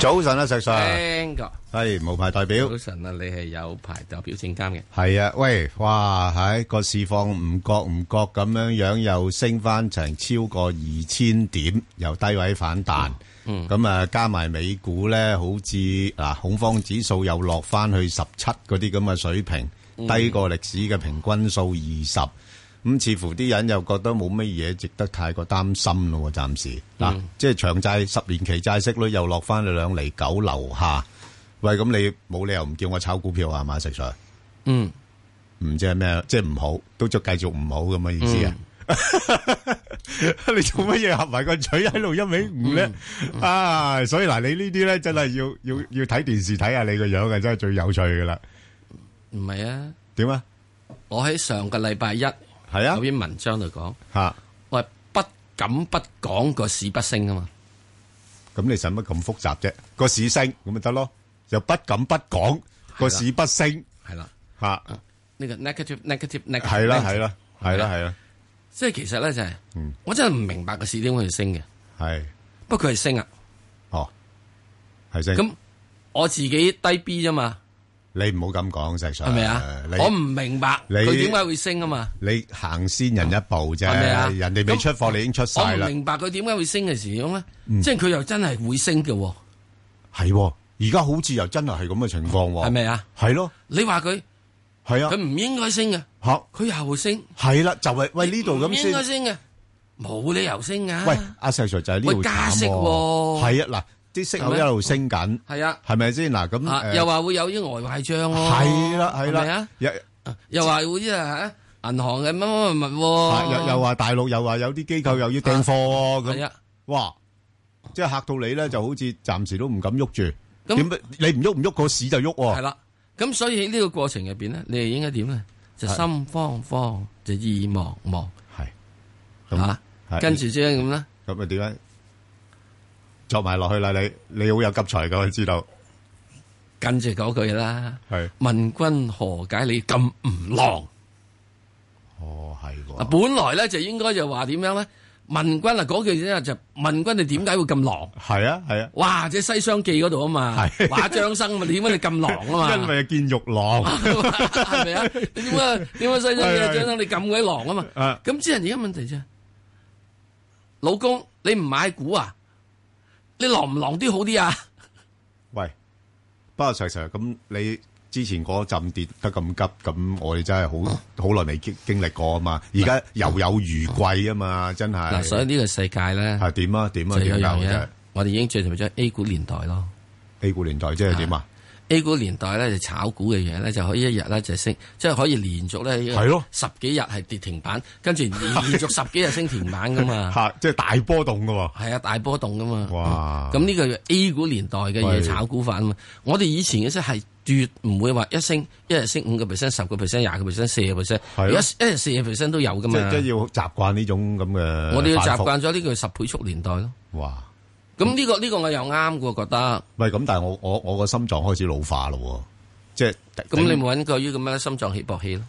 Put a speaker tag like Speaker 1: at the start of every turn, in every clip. Speaker 1: 早晨啊，石 Sir，
Speaker 2: 聽過
Speaker 1: 系无牌代表
Speaker 2: 早，晨啊，你係有牌代表證監嘅，
Speaker 1: 系啊，喂，哇，喺个市況唔覺唔覺咁樣樣，又升翻成超過二千點，由低位反彈，咁啊加埋美股咧，好似嗱恐慌指數又落翻去十七嗰啲咁嘅水平，低過歷史嘅平均數二十。咁似乎啲人又覺得冇乜嘢值得太過擔心咯喎，暫時嗱，即係長債十年期債息率又落翻去兩厘九樓下，喂，咁你冇理由唔叫我炒股票啊係嘛，石 Sir？
Speaker 2: 嗯，
Speaker 1: 唔知系咩，即系唔好，都仲繼續唔好咁嘅意思啊！ 你做乜嘢合埋個嘴喺度一味唔咧？啊，所以嗱，你呢啲咧真係要要要睇電視睇下你個樣啊，真係最有趣噶啦！
Speaker 2: 唔係啊，
Speaker 1: 點啊？
Speaker 2: 我喺上個禮拜一有
Speaker 1: 係啊，
Speaker 2: 篇文章度講，
Speaker 1: 吓
Speaker 2: 我係不敢不講個市不升啊嘛，
Speaker 1: 咁你使乜咁複雜啫？個市升咁咪得咯，又不敢不講個市不升
Speaker 2: 係啦，
Speaker 1: 吓，
Speaker 2: 啊呢個 negative negative negative
Speaker 1: 係啦係啦係啦
Speaker 2: 係
Speaker 1: 係啦
Speaker 2: 即係其實咧就係
Speaker 1: 嗯，
Speaker 2: 我真係唔明白個市點會升嘅，
Speaker 1: 係
Speaker 2: 不過佢係升啊，
Speaker 1: 哦係升。
Speaker 2: 咁我自己低 B 啫嘛，
Speaker 1: 你唔好咁講，石 Sir，
Speaker 2: 係咪啊
Speaker 1: 你？
Speaker 2: 我唔明白
Speaker 1: 你
Speaker 2: 佢點解會升啊嘛，
Speaker 1: 你行先人一步啫，
Speaker 2: 係咪啊
Speaker 1: 人哋未出貨，你已經出
Speaker 2: 我
Speaker 1: 晒
Speaker 2: 唔
Speaker 1: 啦。嗯
Speaker 2: 明白佢點解會升嘅時候咧，即係佢又真係會升嘅喎，
Speaker 1: 哦係喎，而家好似又真係係咁嘅情況喎。
Speaker 2: 係咪啊？
Speaker 1: 係咯，
Speaker 2: 你話佢
Speaker 1: 係
Speaker 2: 佢
Speaker 1: 啊，
Speaker 2: 唔應該升嘅。
Speaker 1: 吓
Speaker 2: 佢又升，
Speaker 1: 係啦，就係喂呢度咁
Speaker 2: 唔應該
Speaker 1: 先。
Speaker 2: 升嘅，冇理由升噶。
Speaker 1: 喂，阿石 Sir 就係呢度
Speaker 2: 喂加息
Speaker 1: 慘
Speaker 2: 喎
Speaker 1: 喎。係啊，嗱，啲息口一路升緊，
Speaker 2: 係啊，
Speaker 1: 係咪先？嗱，咁
Speaker 2: 啊
Speaker 1: 誒
Speaker 2: 又話會有啲外壞帳喎，
Speaker 1: 係啦，係
Speaker 2: 係咪
Speaker 1: 啦
Speaker 2: 啊，，
Speaker 1: 又
Speaker 2: 啊又話會啲啊銀行嘅乜乜乜
Speaker 1: 啊
Speaker 2: 喎，
Speaker 1: 又又話大陸又話有啲機構又要訂貨喎
Speaker 2: 係
Speaker 1: 咁，
Speaker 2: 啊，
Speaker 1: 哇！即係嚇到你咧，就好似暫時都唔敢喐住。
Speaker 2: 咁
Speaker 1: 點解你唔喐唔喐個市就喐
Speaker 2: 係
Speaker 1: 喎？
Speaker 2: 啦。咁所以喺呢個過程入邊咧，你哋應該點咧？就心慌慌，就意茫茫
Speaker 1: 係
Speaker 2: 嚇，
Speaker 1: 係
Speaker 2: 跟住即係咁啦。
Speaker 1: 咁啊點咧？作埋落去啦，你你好有急才噶，我知道
Speaker 2: 跟住嗰句啦，
Speaker 1: 係
Speaker 2: 問君何解你咁唔浪？
Speaker 1: 哦係喎，
Speaker 2: 嗱，本來咧就應該就話點樣咧？問君啊，嗰句啫就問君你點解會咁狼？
Speaker 1: 係啊係啊，
Speaker 2: 哇！即係《西廂記》嗰度啊嘛，
Speaker 1: 係
Speaker 2: 話張生咪點解你咁狼啊 嘛？
Speaker 1: 因為見玉郎
Speaker 2: 係咪啊？你點解點解《西廂記》
Speaker 1: 係係
Speaker 2: 啊張生你咁鬼狼啊嘛？
Speaker 1: 啊
Speaker 2: 咁即係而家問題啫，老公你唔買股啊？你狼唔狼都好啲啊？
Speaker 1: 喂，不過 Sir Sir 咁你之前嗰陣跌得咁急，咁我哋真係 好好耐未經經歷過啊嘛，而家猶有餘悸啊嘛，真
Speaker 2: 嗱，所以
Speaker 1: 係
Speaker 2: 呢個世界咧
Speaker 1: 係點啊點啊
Speaker 2: 就有
Speaker 1: 點
Speaker 2: 一樣
Speaker 1: 搞啫
Speaker 2: 嘢，我哋已經進入咗 A 股年代咯。
Speaker 1: ？A 股年代即係點啊？
Speaker 2: A 股年代咧就炒股嘅嘢咧就可以一日咧就升，即係可以連續咧
Speaker 1: 係咯
Speaker 2: 十幾日係跌停板，跟住連連續十幾日升停板 噶嘛。
Speaker 1: 嚇，即係大波動噶喎！
Speaker 2: 係啊，大波動噶嘛。
Speaker 1: 哇
Speaker 2: 咁呢個叫 A 股年代嘅
Speaker 1: 喂
Speaker 2: 嘢炒股法啊嘛。我哋以前嘅即係絕唔會話一升一日升五個 percent、十個 percent、廿個 percent、四個 percent，
Speaker 1: 係咯
Speaker 2: 而家一日四個 percent 都有噶
Speaker 1: 即
Speaker 2: 嘛。
Speaker 1: 即係要習慣呢種咁嘅，
Speaker 2: 我哋要習慣咗呢個十倍速年代咯。
Speaker 1: 哇！
Speaker 2: 咁呢個呢個我又啱嘅，覺得。
Speaker 1: 喂，咁但係我我我個心臟開始老化咯喎，即係
Speaker 2: 咁你咪揾個呢個咩心臟起搏器咯？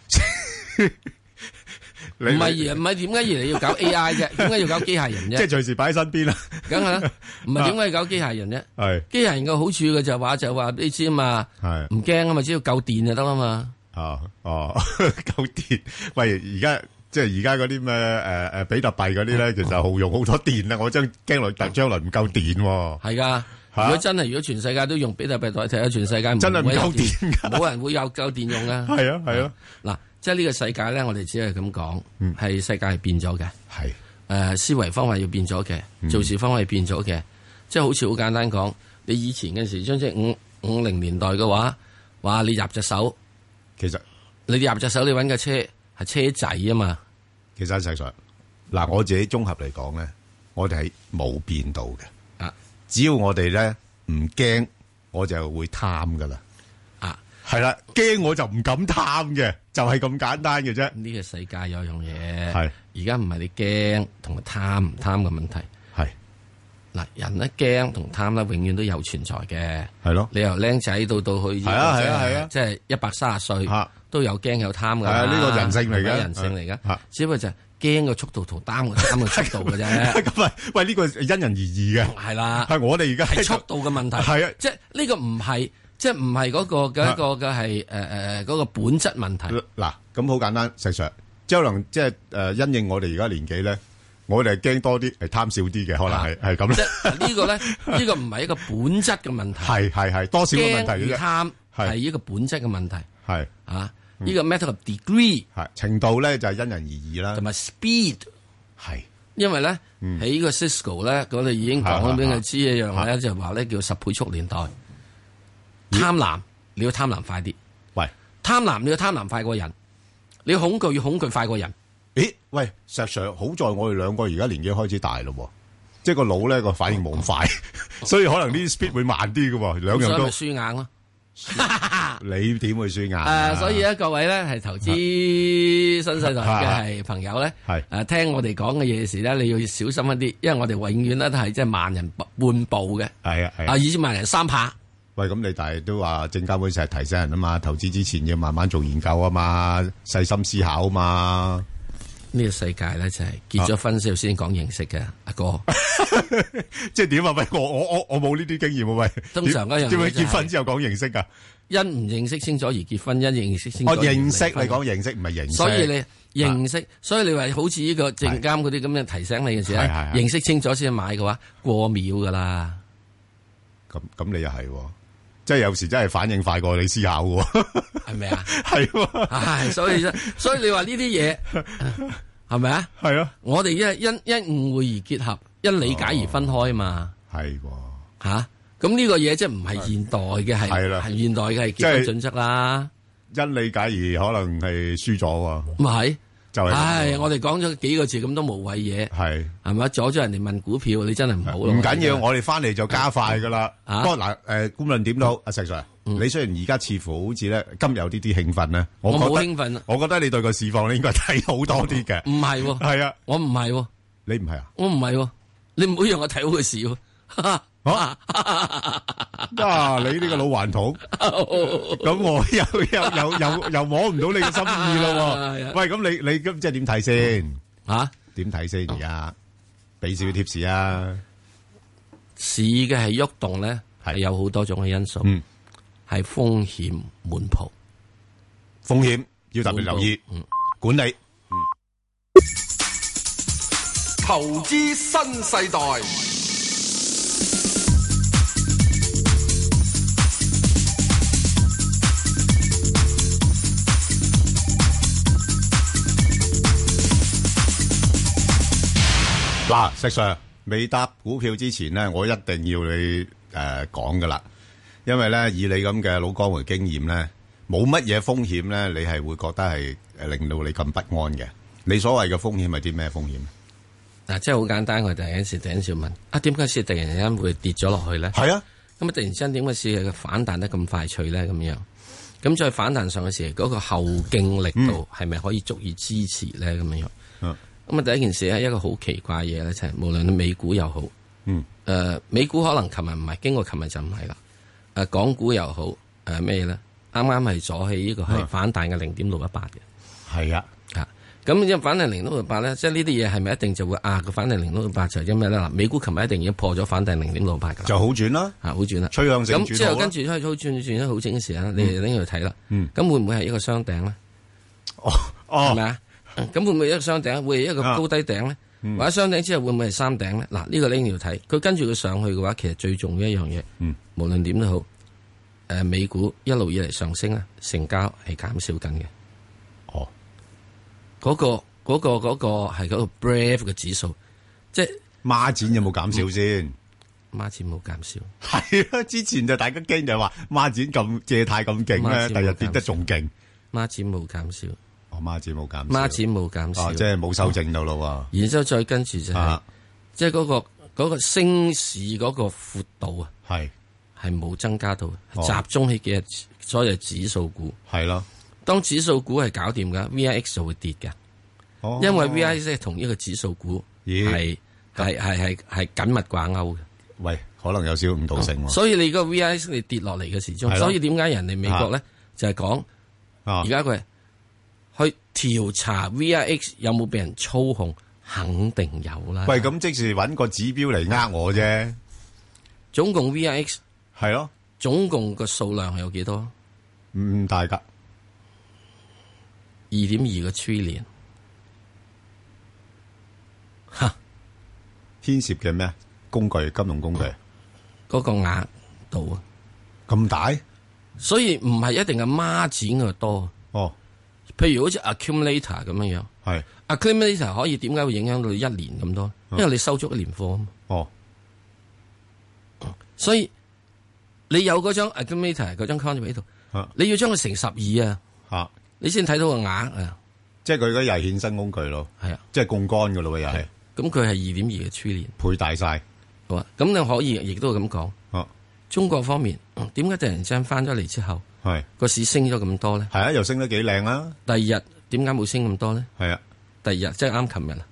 Speaker 1: 你
Speaker 2: 唔係而唔係點解而你要 搞 AI 啫？點解要搞機械人
Speaker 1: 即
Speaker 2: 啫
Speaker 1: 係？隨時擺喺身 邊啦，
Speaker 2: 梗係啦，唔係點解要搞機械人啫？
Speaker 1: 係
Speaker 2: 機械人嘅好處嘅就係話就係話你知啊嘛，
Speaker 1: 係
Speaker 2: 唔驚啊嘛，只要夠電就得啊嘛。
Speaker 1: 啊哦， 夠電。喂，而家即係而家嗰啲咩誒誒比特幣嗰啲
Speaker 2: 嗯
Speaker 1: 咧，其實耗用好多電啦。啊我將驚來將來唔夠電喎，
Speaker 2: 係噶。
Speaker 1: 嚇
Speaker 2: 如果真係，如果全世界都用比特幣代替咗全世界，
Speaker 1: 真係唔
Speaker 2: 會有
Speaker 1: 夠電㗎
Speaker 2: 冇人會有夠電用 啊！
Speaker 1: 係啊係啊，
Speaker 2: 嗱，即係呢個世界咧，我哋只係咁講，
Speaker 1: 嗯
Speaker 2: 係世界係變咗嘅，誒、
Speaker 1: 係
Speaker 2: 思維方法要變咗
Speaker 1: 嗯
Speaker 2: 嘅，做事方法要變咗嘅，即係好似好簡單講，你以前嘅時，即係五五零年代嘅話，話你入隻手，
Speaker 1: 其實
Speaker 2: 你入隻手，你揾架車係車仔啊嘛，
Speaker 1: 其實實際上嗱，我自己綜合嚟講咧，我哋係冇變到嘅。
Speaker 2: 啊
Speaker 1: 只要我哋咧唔驚，我就會貪噶啦。
Speaker 2: 啊！
Speaker 1: 系啦，驚我就唔敢貪嘅，就係咁簡單嘅啫。
Speaker 2: 呢個世界有樣嘢，
Speaker 1: 係
Speaker 2: 而家唔係你驚同埋貪唔貪嘅問題。
Speaker 1: 係
Speaker 2: 嗱，人咧驚同貪咧，永遠都有存在嘅。
Speaker 1: 係咯
Speaker 2: 你由僆仔到到去呢
Speaker 1: 係
Speaker 2: 個
Speaker 1: 啊
Speaker 2: 即
Speaker 1: 係啊係啊
Speaker 2: 即係一百三十歲
Speaker 1: 嚇
Speaker 2: 都有驚有貪㗎啦。
Speaker 1: 係啊呢個人性嚟嘅
Speaker 2: 係咪人性嚟嘅
Speaker 1: 嚇。
Speaker 2: 只不過就係驚嘅速度同貪嘅貪嘅速度嘅 啫，
Speaker 1: 咁啊，喂，呢個係因人而異嘅，
Speaker 2: 係啦，
Speaker 1: 係我哋而家
Speaker 2: 係速度嘅問題。
Speaker 1: 係啊
Speaker 2: 即係呢個唔係，即係唔係嗰個嘅一個嘅係誒誒嗰個本質問題。
Speaker 1: 嗱，咁好簡單，石 Sir，即係可能即係诶，因應我哋而家年紀咧，我哋係驚多啲，係貪少啲嘅，可能係係咁
Speaker 2: 即
Speaker 1: 咧，
Speaker 2: 係呢個咧，呢個唔係一個本質嘅問題。
Speaker 1: 係係係多少嘅問
Speaker 2: 驚
Speaker 1: 題
Speaker 2: 與
Speaker 1: 嘅啫，
Speaker 2: 貪
Speaker 1: 係嗯
Speaker 2: 係一個本質嘅問題
Speaker 1: 係
Speaker 2: 啊！呢個 matter of degree
Speaker 1: 係程度咧就係因人而異啦
Speaker 2: 同，埋 speed，
Speaker 1: 係
Speaker 2: 因為咧喺呢個 Cisco 咧，我哋已經講咗俾佢知一樣咧，就係話咧叫十倍速年代。貪婪你要貪婪快啲，
Speaker 1: 喂。
Speaker 2: 貪婪你要貪婪快過人，你要恐懼要恐懼快過人。
Speaker 1: 咦，喂，石 Sir，好在我哋兩個而家年紀開始大咯喎，即係個腦咧個反應冇咁 快，所以可能呢啲 speed 會慢啲嘅喎，兩
Speaker 2: 所以
Speaker 1: 樣
Speaker 2: 咪
Speaker 1: 都。
Speaker 2: 輸硬咯。
Speaker 1: 你點會輸硬
Speaker 2: 誒、
Speaker 1: 啊？
Speaker 2: 所以咧，各位咧係投資新世代
Speaker 1: 啊
Speaker 2: 嘅係朋友咧，
Speaker 1: 係
Speaker 2: 誒、聽我哋講嘅嘢時咧，你要小心一啲，因為我哋永遠咧都係即係萬人半步嘅，
Speaker 1: 係啊係
Speaker 2: 啊，
Speaker 1: 啊。
Speaker 2: 以至萬人三拍。
Speaker 1: 喂，咁你但係都話證監會成日提醒人啊嘛，投資之前要慢慢做研究啊嘛，細心思考 啊嘛。
Speaker 2: 呢個世界咧就係結咗婚之後先講認識嘅，阿哥。
Speaker 1: 啊即係點啊？喂，我我我我冇呢啲經驗啊！喂，
Speaker 2: 通常嗰樣
Speaker 1: 點
Speaker 2: 嘢
Speaker 1: 點會
Speaker 2: 就係
Speaker 1: 結婚之後講認識㗎？
Speaker 2: 因唔認識清楚而結婚，因認識清楚
Speaker 1: 我
Speaker 2: 而離婚。
Speaker 1: 哦認識你講認識唔係啊認識，
Speaker 2: 所以你認識，所以你話好似呢個證監嗰啲咁樣提醒你嘅時咧，
Speaker 1: 係係係
Speaker 2: 認識清楚先買嘅話，過秒噶啦。
Speaker 1: 咁咁你又係喎，即係有時真係反應快過你思 考嘅喎，
Speaker 2: 係 咪啊？
Speaker 1: 係喎，
Speaker 2: 唉，所以所以你話呢啲嘢係咪啊？
Speaker 1: 係啊，
Speaker 2: 我哋因因因誤會而結合，因理解而分開嘛
Speaker 1: 係喎。
Speaker 2: 吓。咁呢個嘢即係唔係現代嘅係
Speaker 1: 哦係啦
Speaker 2: 係現代嘅係結婚準則啦，
Speaker 1: 因理解而可能係輸咗喎，
Speaker 2: 咪係？
Speaker 1: 就係、
Speaker 2: 唉，我哋講咗幾個字咁都無謂嘢，
Speaker 1: 係
Speaker 2: 係咪阻咗人哋問股票，你真係唔好咯。
Speaker 1: 唔緊要，我哋翻嚟就加快噶啦。
Speaker 2: 啊
Speaker 1: 不過嗱，誒，觀論點都好，阿石 Sir，你雖然而家似乎好似咧今日有啲啲興奮咧，
Speaker 2: 我
Speaker 1: 覺得
Speaker 2: 冇興奮啊
Speaker 1: 我覺得你對個市況咧應該睇好多啲嘅。
Speaker 2: 唔係喎，
Speaker 1: 係啊，
Speaker 2: 我唔係喎，
Speaker 1: 你唔係 啊？
Speaker 2: 我唔係喎，你唔好讓我睇好佢事喎。
Speaker 1: 啊，你呢個老頑童，咁我又又又又又摸唔到你嘅心意 咯
Speaker 2: 係啊
Speaker 1: 喎。喂，咁你你咁即係點睇先？
Speaker 2: 嚇
Speaker 1: 點睇先而家？俾少少 tips 啊！
Speaker 2: 市嘅係喐動咧，
Speaker 1: 係
Speaker 2: 係有好多種嘅因素，
Speaker 1: 嗯
Speaker 2: 係風險滿鋪。
Speaker 1: 風險要特別留意，管理。
Speaker 3: 投資新世代，
Speaker 1: 嗱，石 Sir，未搭股票之前咧，我一定要你诶讲噶啦，因為咧以你咁嘅老江湖經驗咧，冇乜嘢風險咧，你係會覺得係呃令到你咁不安嘅。你所謂嘅風險係啲咩風險？
Speaker 2: 嗱，即係好簡單，我第一時第一時問啊，點解市突然間會跌咗落去咧？
Speaker 1: 係啊，
Speaker 2: 咁啊，突然之間點解市嘅反彈得咁快脆咧？咁樣，咁再反彈上嘅時候，嗰、個後勁力度係咪可以足以支持咧？咁樣樣，
Speaker 1: 嗯
Speaker 2: 咁啊，第一件事咧，一個好奇怪嘅嘢咧，就係、無論美股又好，
Speaker 1: 嗯，
Speaker 2: 誒、美股可能琴日唔係，經過琴日就唔係啦。誒、港股又好，誒咩咧？啱啱係阻起呢個係
Speaker 1: 嗯
Speaker 2: 反彈嘅零點六一八嘅。
Speaker 1: 係啊，
Speaker 2: 啊，咁一反彈零六六八咧，即係呢啲嘢係咪一定就會啊個反彈零六六八就係因為咧嗱，美股琴日一定已經破咗反彈零點六八噶啦，
Speaker 1: 就好轉啦，
Speaker 2: 啊好轉啦。
Speaker 1: 趨向性
Speaker 2: 咁之
Speaker 1: 轉
Speaker 2: 後
Speaker 1: 好啦
Speaker 2: 跟。住開好轉轉咗好整嘅時候咧，你哋拎去睇啦。
Speaker 1: 嗯
Speaker 2: 咁會唔會係一個雙頂咧？
Speaker 1: 哦
Speaker 2: 係
Speaker 1: 哦，
Speaker 2: 咪啊？咁會唔會一個雙頂？會係一個
Speaker 1: 啊
Speaker 2: 高低頂咧？或者雙頂之後會唔會係三頂咧？嗱，呢個拎要睇。佢跟住佢上去嘅話，其實最重要一樣嘢，
Speaker 1: 嗯
Speaker 2: 無論點都好，誒美股一路以嚟上升啊，成交係減少緊嘅。
Speaker 1: 哦，
Speaker 2: 嗰、個嗰、個嗰、個係嗰個 brave 嘅指數，即係
Speaker 1: 孖展有冇減少先？
Speaker 2: 孖展冇減少，
Speaker 1: 係啊，之前就大家驚就係話孖展咁借貸咁勁咧，
Speaker 2: 孖展
Speaker 1: 第
Speaker 2: 冇
Speaker 1: 日跌得仲勁。
Speaker 2: 孖展冇減少，
Speaker 1: 哦，孖展冇減少，
Speaker 2: 孖展冇減少，
Speaker 1: 哦，即係冇修正到咯
Speaker 2: 然之後再跟住就
Speaker 1: 喎。
Speaker 2: 係、
Speaker 1: 啊，
Speaker 2: 即係嗰、個嗰、個升市嗰個闊度啊，
Speaker 1: 係
Speaker 2: 係冇增加到嘅，
Speaker 1: 哦
Speaker 2: 集中喺嘅所謂指數股。
Speaker 1: 係咯。
Speaker 2: 當指數股係搞掂㗎，VIX 就會跌嘅，
Speaker 1: 哦
Speaker 2: 因為 VIX 係同呢個指數股
Speaker 1: 咦
Speaker 2: 係係係係係緊密掛鈎嘅。
Speaker 1: 喂，可能有少少誤導性喎。
Speaker 2: 哦所以你個 VIX 你跌落嚟嘅時
Speaker 1: 係
Speaker 2: 鐘，
Speaker 1: 咯
Speaker 2: 所以點解人哋美國咧就係講
Speaker 1: 啊
Speaker 2: 而，家佢係去調查 VIX 有冇俾人操控，肯定有啦。
Speaker 1: 喂，咁即時揾個指標嚟呃我啫，
Speaker 2: 總共 VIX
Speaker 1: 係咯，
Speaker 2: 總共個數量係有幾多？二
Speaker 1: 唔大㗎。
Speaker 2: 點二個 trillion，
Speaker 1: 牽涉嘅咩工具？金融工具
Speaker 2: 嗰個額度啊，
Speaker 1: 咁大？
Speaker 2: 所以唔係一定係孖展嘅多。
Speaker 1: 哦，
Speaker 2: 譬如好似 accumulator 咁樣樣
Speaker 1: 係，
Speaker 2: accumulator 可以點解會影響到你一年咁多？因為你收足一年貨啊嘛。
Speaker 1: 哦，
Speaker 2: 所以你有嗰張 accumulator 嗰張 contract 喺度
Speaker 1: 啊，
Speaker 2: 你要將佢乘十二啊，
Speaker 1: 嚇，
Speaker 2: 你先睇到個額啊，
Speaker 1: 即係佢嗰又係衍生工具咯，
Speaker 2: 係啊，
Speaker 1: 即係槓桿㗎咯喎，又係
Speaker 2: 咁佢係二點二嘅 trillion，
Speaker 1: 倍大晒。
Speaker 2: 好啊，咁你可以亦都咁講，
Speaker 1: 哦，
Speaker 2: 中國方面嗯點解突然之間翻咗嚟之後
Speaker 1: 係，
Speaker 2: 個市升咗咁多咧？
Speaker 1: 係啊，又升得幾靚啊，
Speaker 2: 第二日點解冇升咁多咧？
Speaker 1: 係啊。
Speaker 2: 第二日即係啱琴日啊，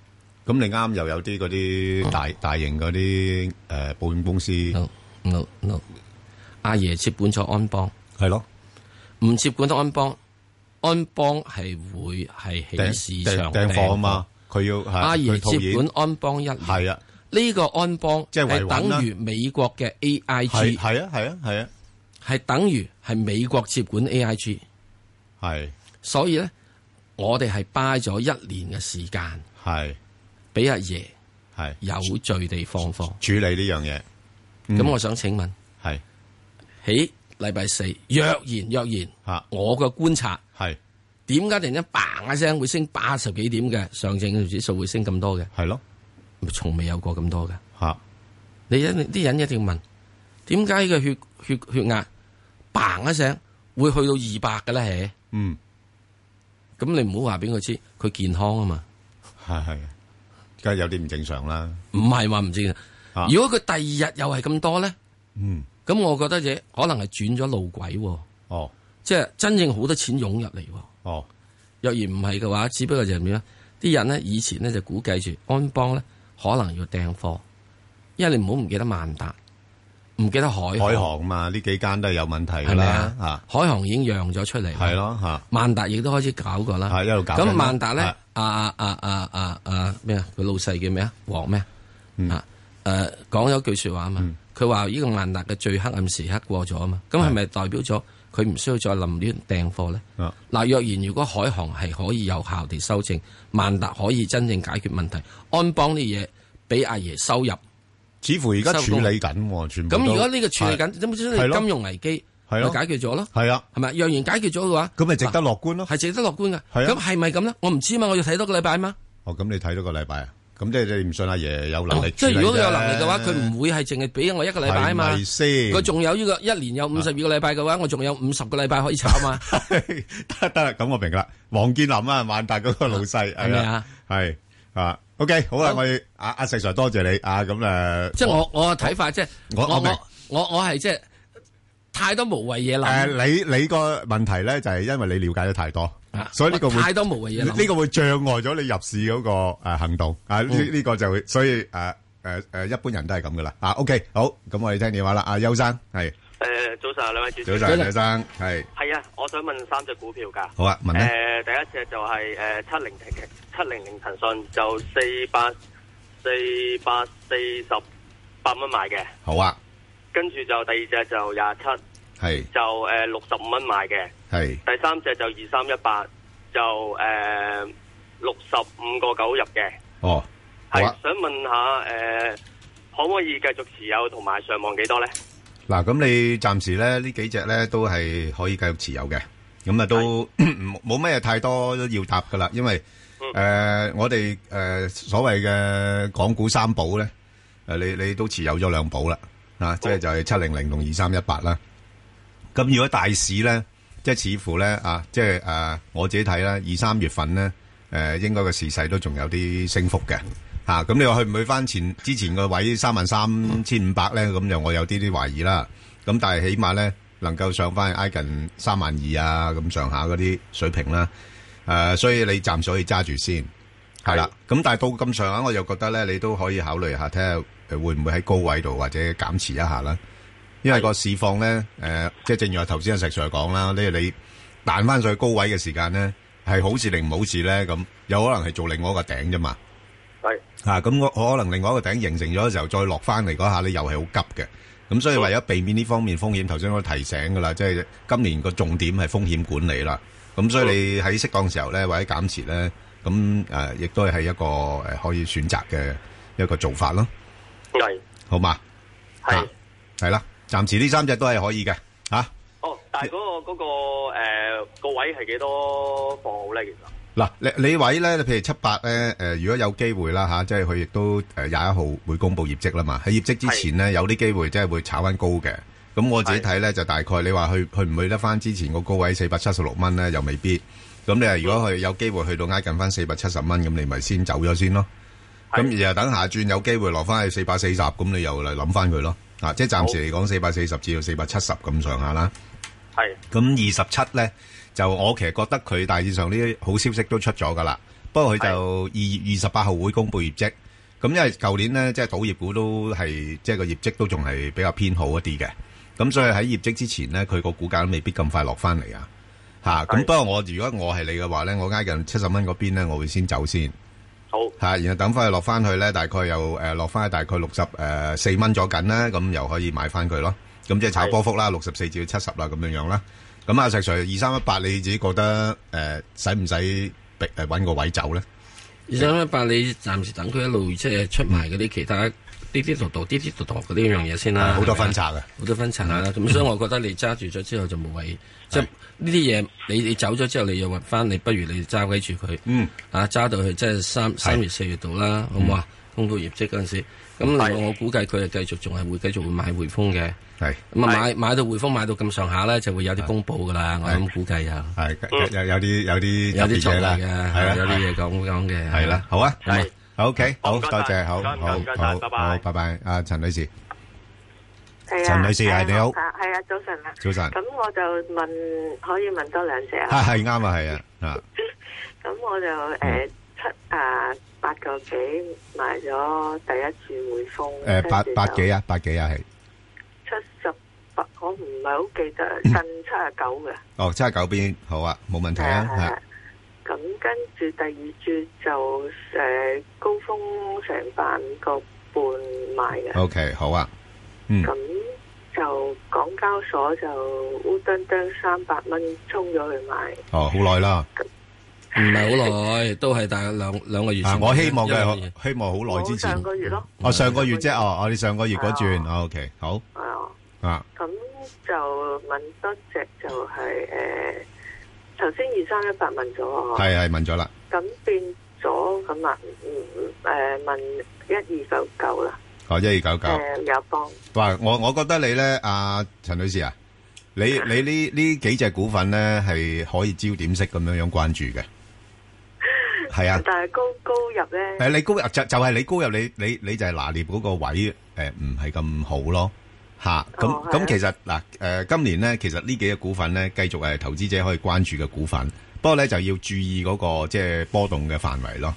Speaker 1: 咁你啱又有啲嗰
Speaker 2: 哦
Speaker 1: 啲大大型嗰啲誒保險公司係
Speaker 2: no no no，阿爺接管咗安邦，
Speaker 1: 咯，
Speaker 2: 唔接管咗安邦，安邦係會係
Speaker 1: 掟
Speaker 2: 喺市
Speaker 1: 掟
Speaker 2: 場
Speaker 1: 掟貨啊嘛，佢要係
Speaker 2: 掟貨，阿
Speaker 1: 佢
Speaker 2: 爺
Speaker 1: 套
Speaker 2: 接
Speaker 1: 現
Speaker 2: 管安邦一年。
Speaker 1: 係啊，
Speaker 2: 呢個安邦
Speaker 1: 即係維
Speaker 2: 係
Speaker 1: 穩啦
Speaker 2: 等於美國嘅
Speaker 1: 係
Speaker 2: AIG，
Speaker 1: 係啊，係啊，係啊，
Speaker 2: 係等於係美國接管 AIG，
Speaker 1: 係
Speaker 2: 所以咧我哋係 buy 咗一年嘅時間，
Speaker 1: 係
Speaker 2: 俾阿爺
Speaker 1: 係
Speaker 2: 有序地放貨。
Speaker 1: 處理呢樣嘢嗯
Speaker 2: 咁、我想請問，
Speaker 1: 係
Speaker 2: 喺禮拜四，若然若然，
Speaker 1: 嚇
Speaker 2: 我嘅觀察
Speaker 1: 係
Speaker 2: 點解突然間嘭一聲會升八十幾點嘅上證指數會升咁多嘅？
Speaker 1: 係咯
Speaker 2: 從未有過咁多嘅。
Speaker 1: 嚇
Speaker 2: 你一定啲人一定要問，點解個血血血壓嘭一聲會去到二百嘅咧？係
Speaker 1: 嗯
Speaker 2: 咁你唔好話俾佢知，佢健康啊嘛，
Speaker 1: 係係，梗係有啲唔正常啦，
Speaker 2: 唔係話唔知嘅
Speaker 1: 啊。
Speaker 2: 如果佢第二日又係咁多咧，
Speaker 1: 嗯
Speaker 2: 咁我覺得嘢可能係轉咗路軌喎，
Speaker 1: 哦
Speaker 2: 即係真正好多錢湧入嚟喎。
Speaker 1: 哦
Speaker 2: 若然唔係嘅話，只不過就係點咧？啲人咧以前咧就估計住安邦咧可能要訂貨，因為你唔好唔記得萬達，唔記得海
Speaker 1: 海航嘛，呢幾間都係有問題㗎
Speaker 2: 係咪啊
Speaker 1: 啦？嚇
Speaker 2: 海航已經讓咗出嚟，
Speaker 1: 係咯嚇
Speaker 2: 萬達亦都開始搞過啦，
Speaker 1: 係一路搞緊啦
Speaker 2: 咁萬達咧
Speaker 1: 係，
Speaker 2: 啊啊啊啊啊啊咩啊？佢老細叫咩啊？黃咩
Speaker 1: 嗯
Speaker 2: 啊？啊誒講咗句説話啊嘛，佢話呢個萬達嘅最黑暗時刻過咗啊嘛，咁係咪代表咗佢唔需要再臨亂訂貨咧？
Speaker 1: 啊
Speaker 2: 嗱，若然如果海航係可以有效地修正，萬達可以真正解決問題，安邦啲嘢俾阿爺收入，
Speaker 1: 似乎而家
Speaker 2: 收
Speaker 1: 處
Speaker 2: 工
Speaker 1: 理緊喎，全部
Speaker 2: 咁
Speaker 1: 都
Speaker 2: 如果呢個處理
Speaker 1: 係
Speaker 2: 緊，咁即
Speaker 1: 係咯
Speaker 2: 係金融危機
Speaker 1: 係
Speaker 2: 咪
Speaker 1: 咯
Speaker 2: 解決咗咯？
Speaker 1: 係啊，
Speaker 2: 係咪？若然解決咗嘅話，
Speaker 1: 咁咪值得樂觀咯。
Speaker 2: 係值得樂觀嘅。
Speaker 1: 係啊
Speaker 2: 咁係咪咁咧？我唔知嘛，我要睇多個禮拜嘛。
Speaker 1: 哦，咁你睇到個禮拜啊？咁即係你唔信阿爺有能力
Speaker 2: 哦即係
Speaker 1: 處理
Speaker 2: 如果佢有
Speaker 1: 啫
Speaker 2: 能力嘅話，佢唔會係淨係俾我一個禮拜啊嘛
Speaker 1: 係。咪先？
Speaker 2: 佢仲有呢個一年有五十二個禮拜嘅話，我仲有五十個禮拜可以炒嘛。
Speaker 1: 得得啦，咁我明啦。黃建林啊，萬達嗰個老細
Speaker 2: 係咪啊？
Speaker 1: 係啊，OK，好啦，
Speaker 2: 好
Speaker 1: 我哋阿阿石 Sir 多謝你啊，咁誒，
Speaker 2: 即係我我嘅睇法，即係
Speaker 1: 我
Speaker 2: 我
Speaker 1: 我明
Speaker 2: 我我我係即係太多無謂嘢諗，
Speaker 1: 誒，你你個問題咧就係因為你了解得太多
Speaker 2: 啊，
Speaker 1: 所以呢個會
Speaker 2: 太多無謂嘢
Speaker 1: 呢
Speaker 2: 諗。
Speaker 1: 個會障礙咗你入市嗰個誒行動啊，呢呢個就會所以誒誒誒，一般人都係咁噶啦啊。OK，好，咁我哋聽電話啦，阿邱生係
Speaker 4: 诶、早晨啊，兩位主持
Speaker 1: 早
Speaker 4: 人。
Speaker 1: 晨，邱生係
Speaker 4: 係啊，我想問三隻股票㗎。
Speaker 1: 好啊，文咧。
Speaker 4: 诶、第一隻就係诶七零零七零零騰訊，就四百四百四十八蚊買嘅。
Speaker 1: 好啊，
Speaker 4: 跟住就第二隻就廿七，
Speaker 1: 係
Speaker 4: 就诶六十五蚊買嘅。
Speaker 1: 係
Speaker 4: 第三隻就二三一八，就诶六十五個九入嘅。
Speaker 1: 哦，好
Speaker 4: 係、
Speaker 1: 啊。
Speaker 4: 想問下诶、可唔可以繼續持有同埋上望幾多咧？
Speaker 1: 嗱，咁你暫時咧呢幾隻咧都係可以繼續持有嘅，咁啊都冇冇咩太多要答噶啦，因為誒、呃我哋誒、呃所謂嘅港股三寶咧，誒、你你都持有咗兩寶啦，啊，即係就係七零零同二三一八啦。咁如果大市咧，即係似乎咧啊，即係誒、呃我自己睇啦，二三月份咧，誒、呃、應該個市勢都仲有啲升幅嘅。嚇，啊咁、你話去唔去翻前之前個位三萬三千五百咧？咁就我有啲啲懷疑啦。咁但係起碼咧能夠上翻挨近三啊萬二啊咁上下嗰啲水平啦。誒、所以你暫時可以揸住先。係啦，咁但係到咁上下，我又覺得咧，你都可以考慮下，睇下誒會唔會喺高位度或者減持一下啦。因為個市況咧，誒、即係正如我頭先阿石 Sir 講啦，呢你彈翻上去高位嘅時間咧，係好事定唔好事咧，咁有可能係做另外一個頂啫嘛。
Speaker 4: 係
Speaker 1: 啊，咁我我可能另外一個頂形成咗嘅時候，再落翻嚟嗰下咧，又係好急嘅。咁所以為咗避免呢方面風險，頭先我都提醒噶啦，即係今年個重點係風險管理啦。咁所以你喺適當時候咧，或者減持咧，咁誒、呃亦都係一個誒可以選擇嘅一個做法咯，啊
Speaker 4: 係
Speaker 1: 好嘛？
Speaker 4: 係
Speaker 1: 啊。係啦，暫時呢三隻都係可以嘅嚇。啊
Speaker 4: 哦，但係嗰個嗰個誒個位係幾多放好咧？其實
Speaker 1: 嗱，你你位咧，譬如七八咧，誒，如果有機會啦吓，即係佢亦都誒呃廿一號會公布業績啦嘛。喺業績之前咧，有啲機會即係會炒翻高嘅。咁我自己睇咧，就大概你話去去唔去得翻之前個高位四百七十六蚊咧，又未必。咁你係如果佢有機會去到挨近翻四百七十蚊，咁你咪先走咗先咯。
Speaker 4: 係
Speaker 1: 咁然後等下轉有機會落翻去四百四十，咁你又嚟諗翻佢咯。啊，即係暫時嚟講，四百四十至到四百七十咁上下啦。
Speaker 4: 係
Speaker 1: 咁二十七咧，就我其實覺得佢大致上呢啲好消息都出咗噶啦。不過佢就二月二十八號會公布業績。咁因為舊年咧，即係賭業股都係即係個業績都仲係比較偏好一啲嘅。咁所以喺業績之前咧，佢個股價都未必咁快落翻嚟啊。嚇！咁
Speaker 4: 係
Speaker 1: 不過我如果我係你嘅話咧，我挨近七十蚊嗰邊咧，我會先走先。
Speaker 4: 好
Speaker 1: 吓，然後等翻佢落翻去咧，大概又诶落翻去大概六十诶四蚊咗緊啦，咁又可以買翻佢咯。咁即係炒波幅啦，六十四至七十啦，咁樣樣啦。咁啊，石 Sir 二三一八，你自己覺得诶使唔使逼诶搵個位走咧？
Speaker 2: 二三一八，你暫時等佢一路即係出埋嗰啲其他啲啲度度、啲啲度度嗰啲樣嘢先啦。
Speaker 1: 好多
Speaker 2: 係咪啊
Speaker 1: 分嗯拆嘅，
Speaker 2: 好多分層啦。咁所以我覺得你揸住咗之後就冇謂，即係呢啲嘢你你走咗之後你又揾翻，你不如你揸鬼住佢，
Speaker 1: 嗯，
Speaker 2: 啊揸到去即係三三月四月度啦，好唔好啊？
Speaker 1: 嗯
Speaker 2: 公布業績嗰陣時，咁另外我估計佢係繼續仲係會繼續會買匯豐嘅，
Speaker 1: 係
Speaker 2: 咁啊買買到匯豐買到咁上下咧就會有啲公佈噶啦，我諗估計有
Speaker 1: 係有有啲有啲
Speaker 2: 有啲作為
Speaker 1: 嘢啦，
Speaker 2: 嘅，
Speaker 1: 係啦，
Speaker 2: 有啲嘢講講嘅，
Speaker 1: 係啦，好啊，
Speaker 2: 係。
Speaker 1: OK，好
Speaker 4: 唔該
Speaker 1: 多謝，
Speaker 4: 晒
Speaker 1: 好
Speaker 4: 唔該唔
Speaker 1: 好
Speaker 4: 該唔該
Speaker 1: 好
Speaker 4: 拜拜
Speaker 1: 好，拜拜，阿陳女士，
Speaker 5: 係啊，
Speaker 1: 陳女士
Speaker 5: 係啊，
Speaker 1: 你好
Speaker 5: 係啊，早晨啊。
Speaker 1: 早晨，
Speaker 5: 咁我就問，可以問多兩隻啊。
Speaker 1: 啊係啱啊，係啊，啊
Speaker 5: 咁我就誒七啊八個幾買咗第一注匯豐，
Speaker 1: 诶八
Speaker 5: 跟住就
Speaker 1: 八幾啊，八幾啊係，
Speaker 5: 七十八，我唔係好記得，近七啊九嘅。
Speaker 1: 哦七十九邊，好啊，冇問題啊，
Speaker 5: 係
Speaker 1: 嚇
Speaker 5: 啊。咁跟住第二注就誒高峰成萬個半買嘅，
Speaker 1: OK，好啊，嗯，
Speaker 5: 咁就港交所就烏登登三百蚊衝咗去買。
Speaker 1: 哦，好耐啦，
Speaker 2: 唔係好耐，都係大概兩兩個月
Speaker 1: 啊，
Speaker 2: 先。
Speaker 1: 我希望
Speaker 2: 一兩個
Speaker 1: 嘅
Speaker 2: 月，
Speaker 1: 希望好耐之前
Speaker 5: 上，個月咯，
Speaker 1: 哦，上個月啫，哦，我哋上個月嗰
Speaker 5: 係
Speaker 1: 轉
Speaker 5: 啊
Speaker 1: 哦，OK，好
Speaker 5: 係啊，
Speaker 1: 啊，
Speaker 5: 咁就問多隻就係、誒，頭、先二三一八問咗我，
Speaker 1: 係係問咗啦，
Speaker 5: 咁變咗咁啊，嗯嗯誒問一二九九啦，
Speaker 1: 哦，一二九九，
Speaker 5: 誒有幫
Speaker 1: 哇，我我覺得你咧，阿陳女士啊，你你呢呢幾隻股份咧係可以焦點式咁樣樣關注嘅，係啊
Speaker 5: 但。係高高入咧，
Speaker 1: 誒，你高入就就係你高入，你你你就係拿捏嗰個位誒，唔係咁好咯嚇。咁
Speaker 5: 哦係啊
Speaker 1: 咁其實嗱誒，今年咧其實呢幾個股份咧，繼續係投資者可以關注嘅股份，不過咧就要注意嗰個即係波動嘅範圍咯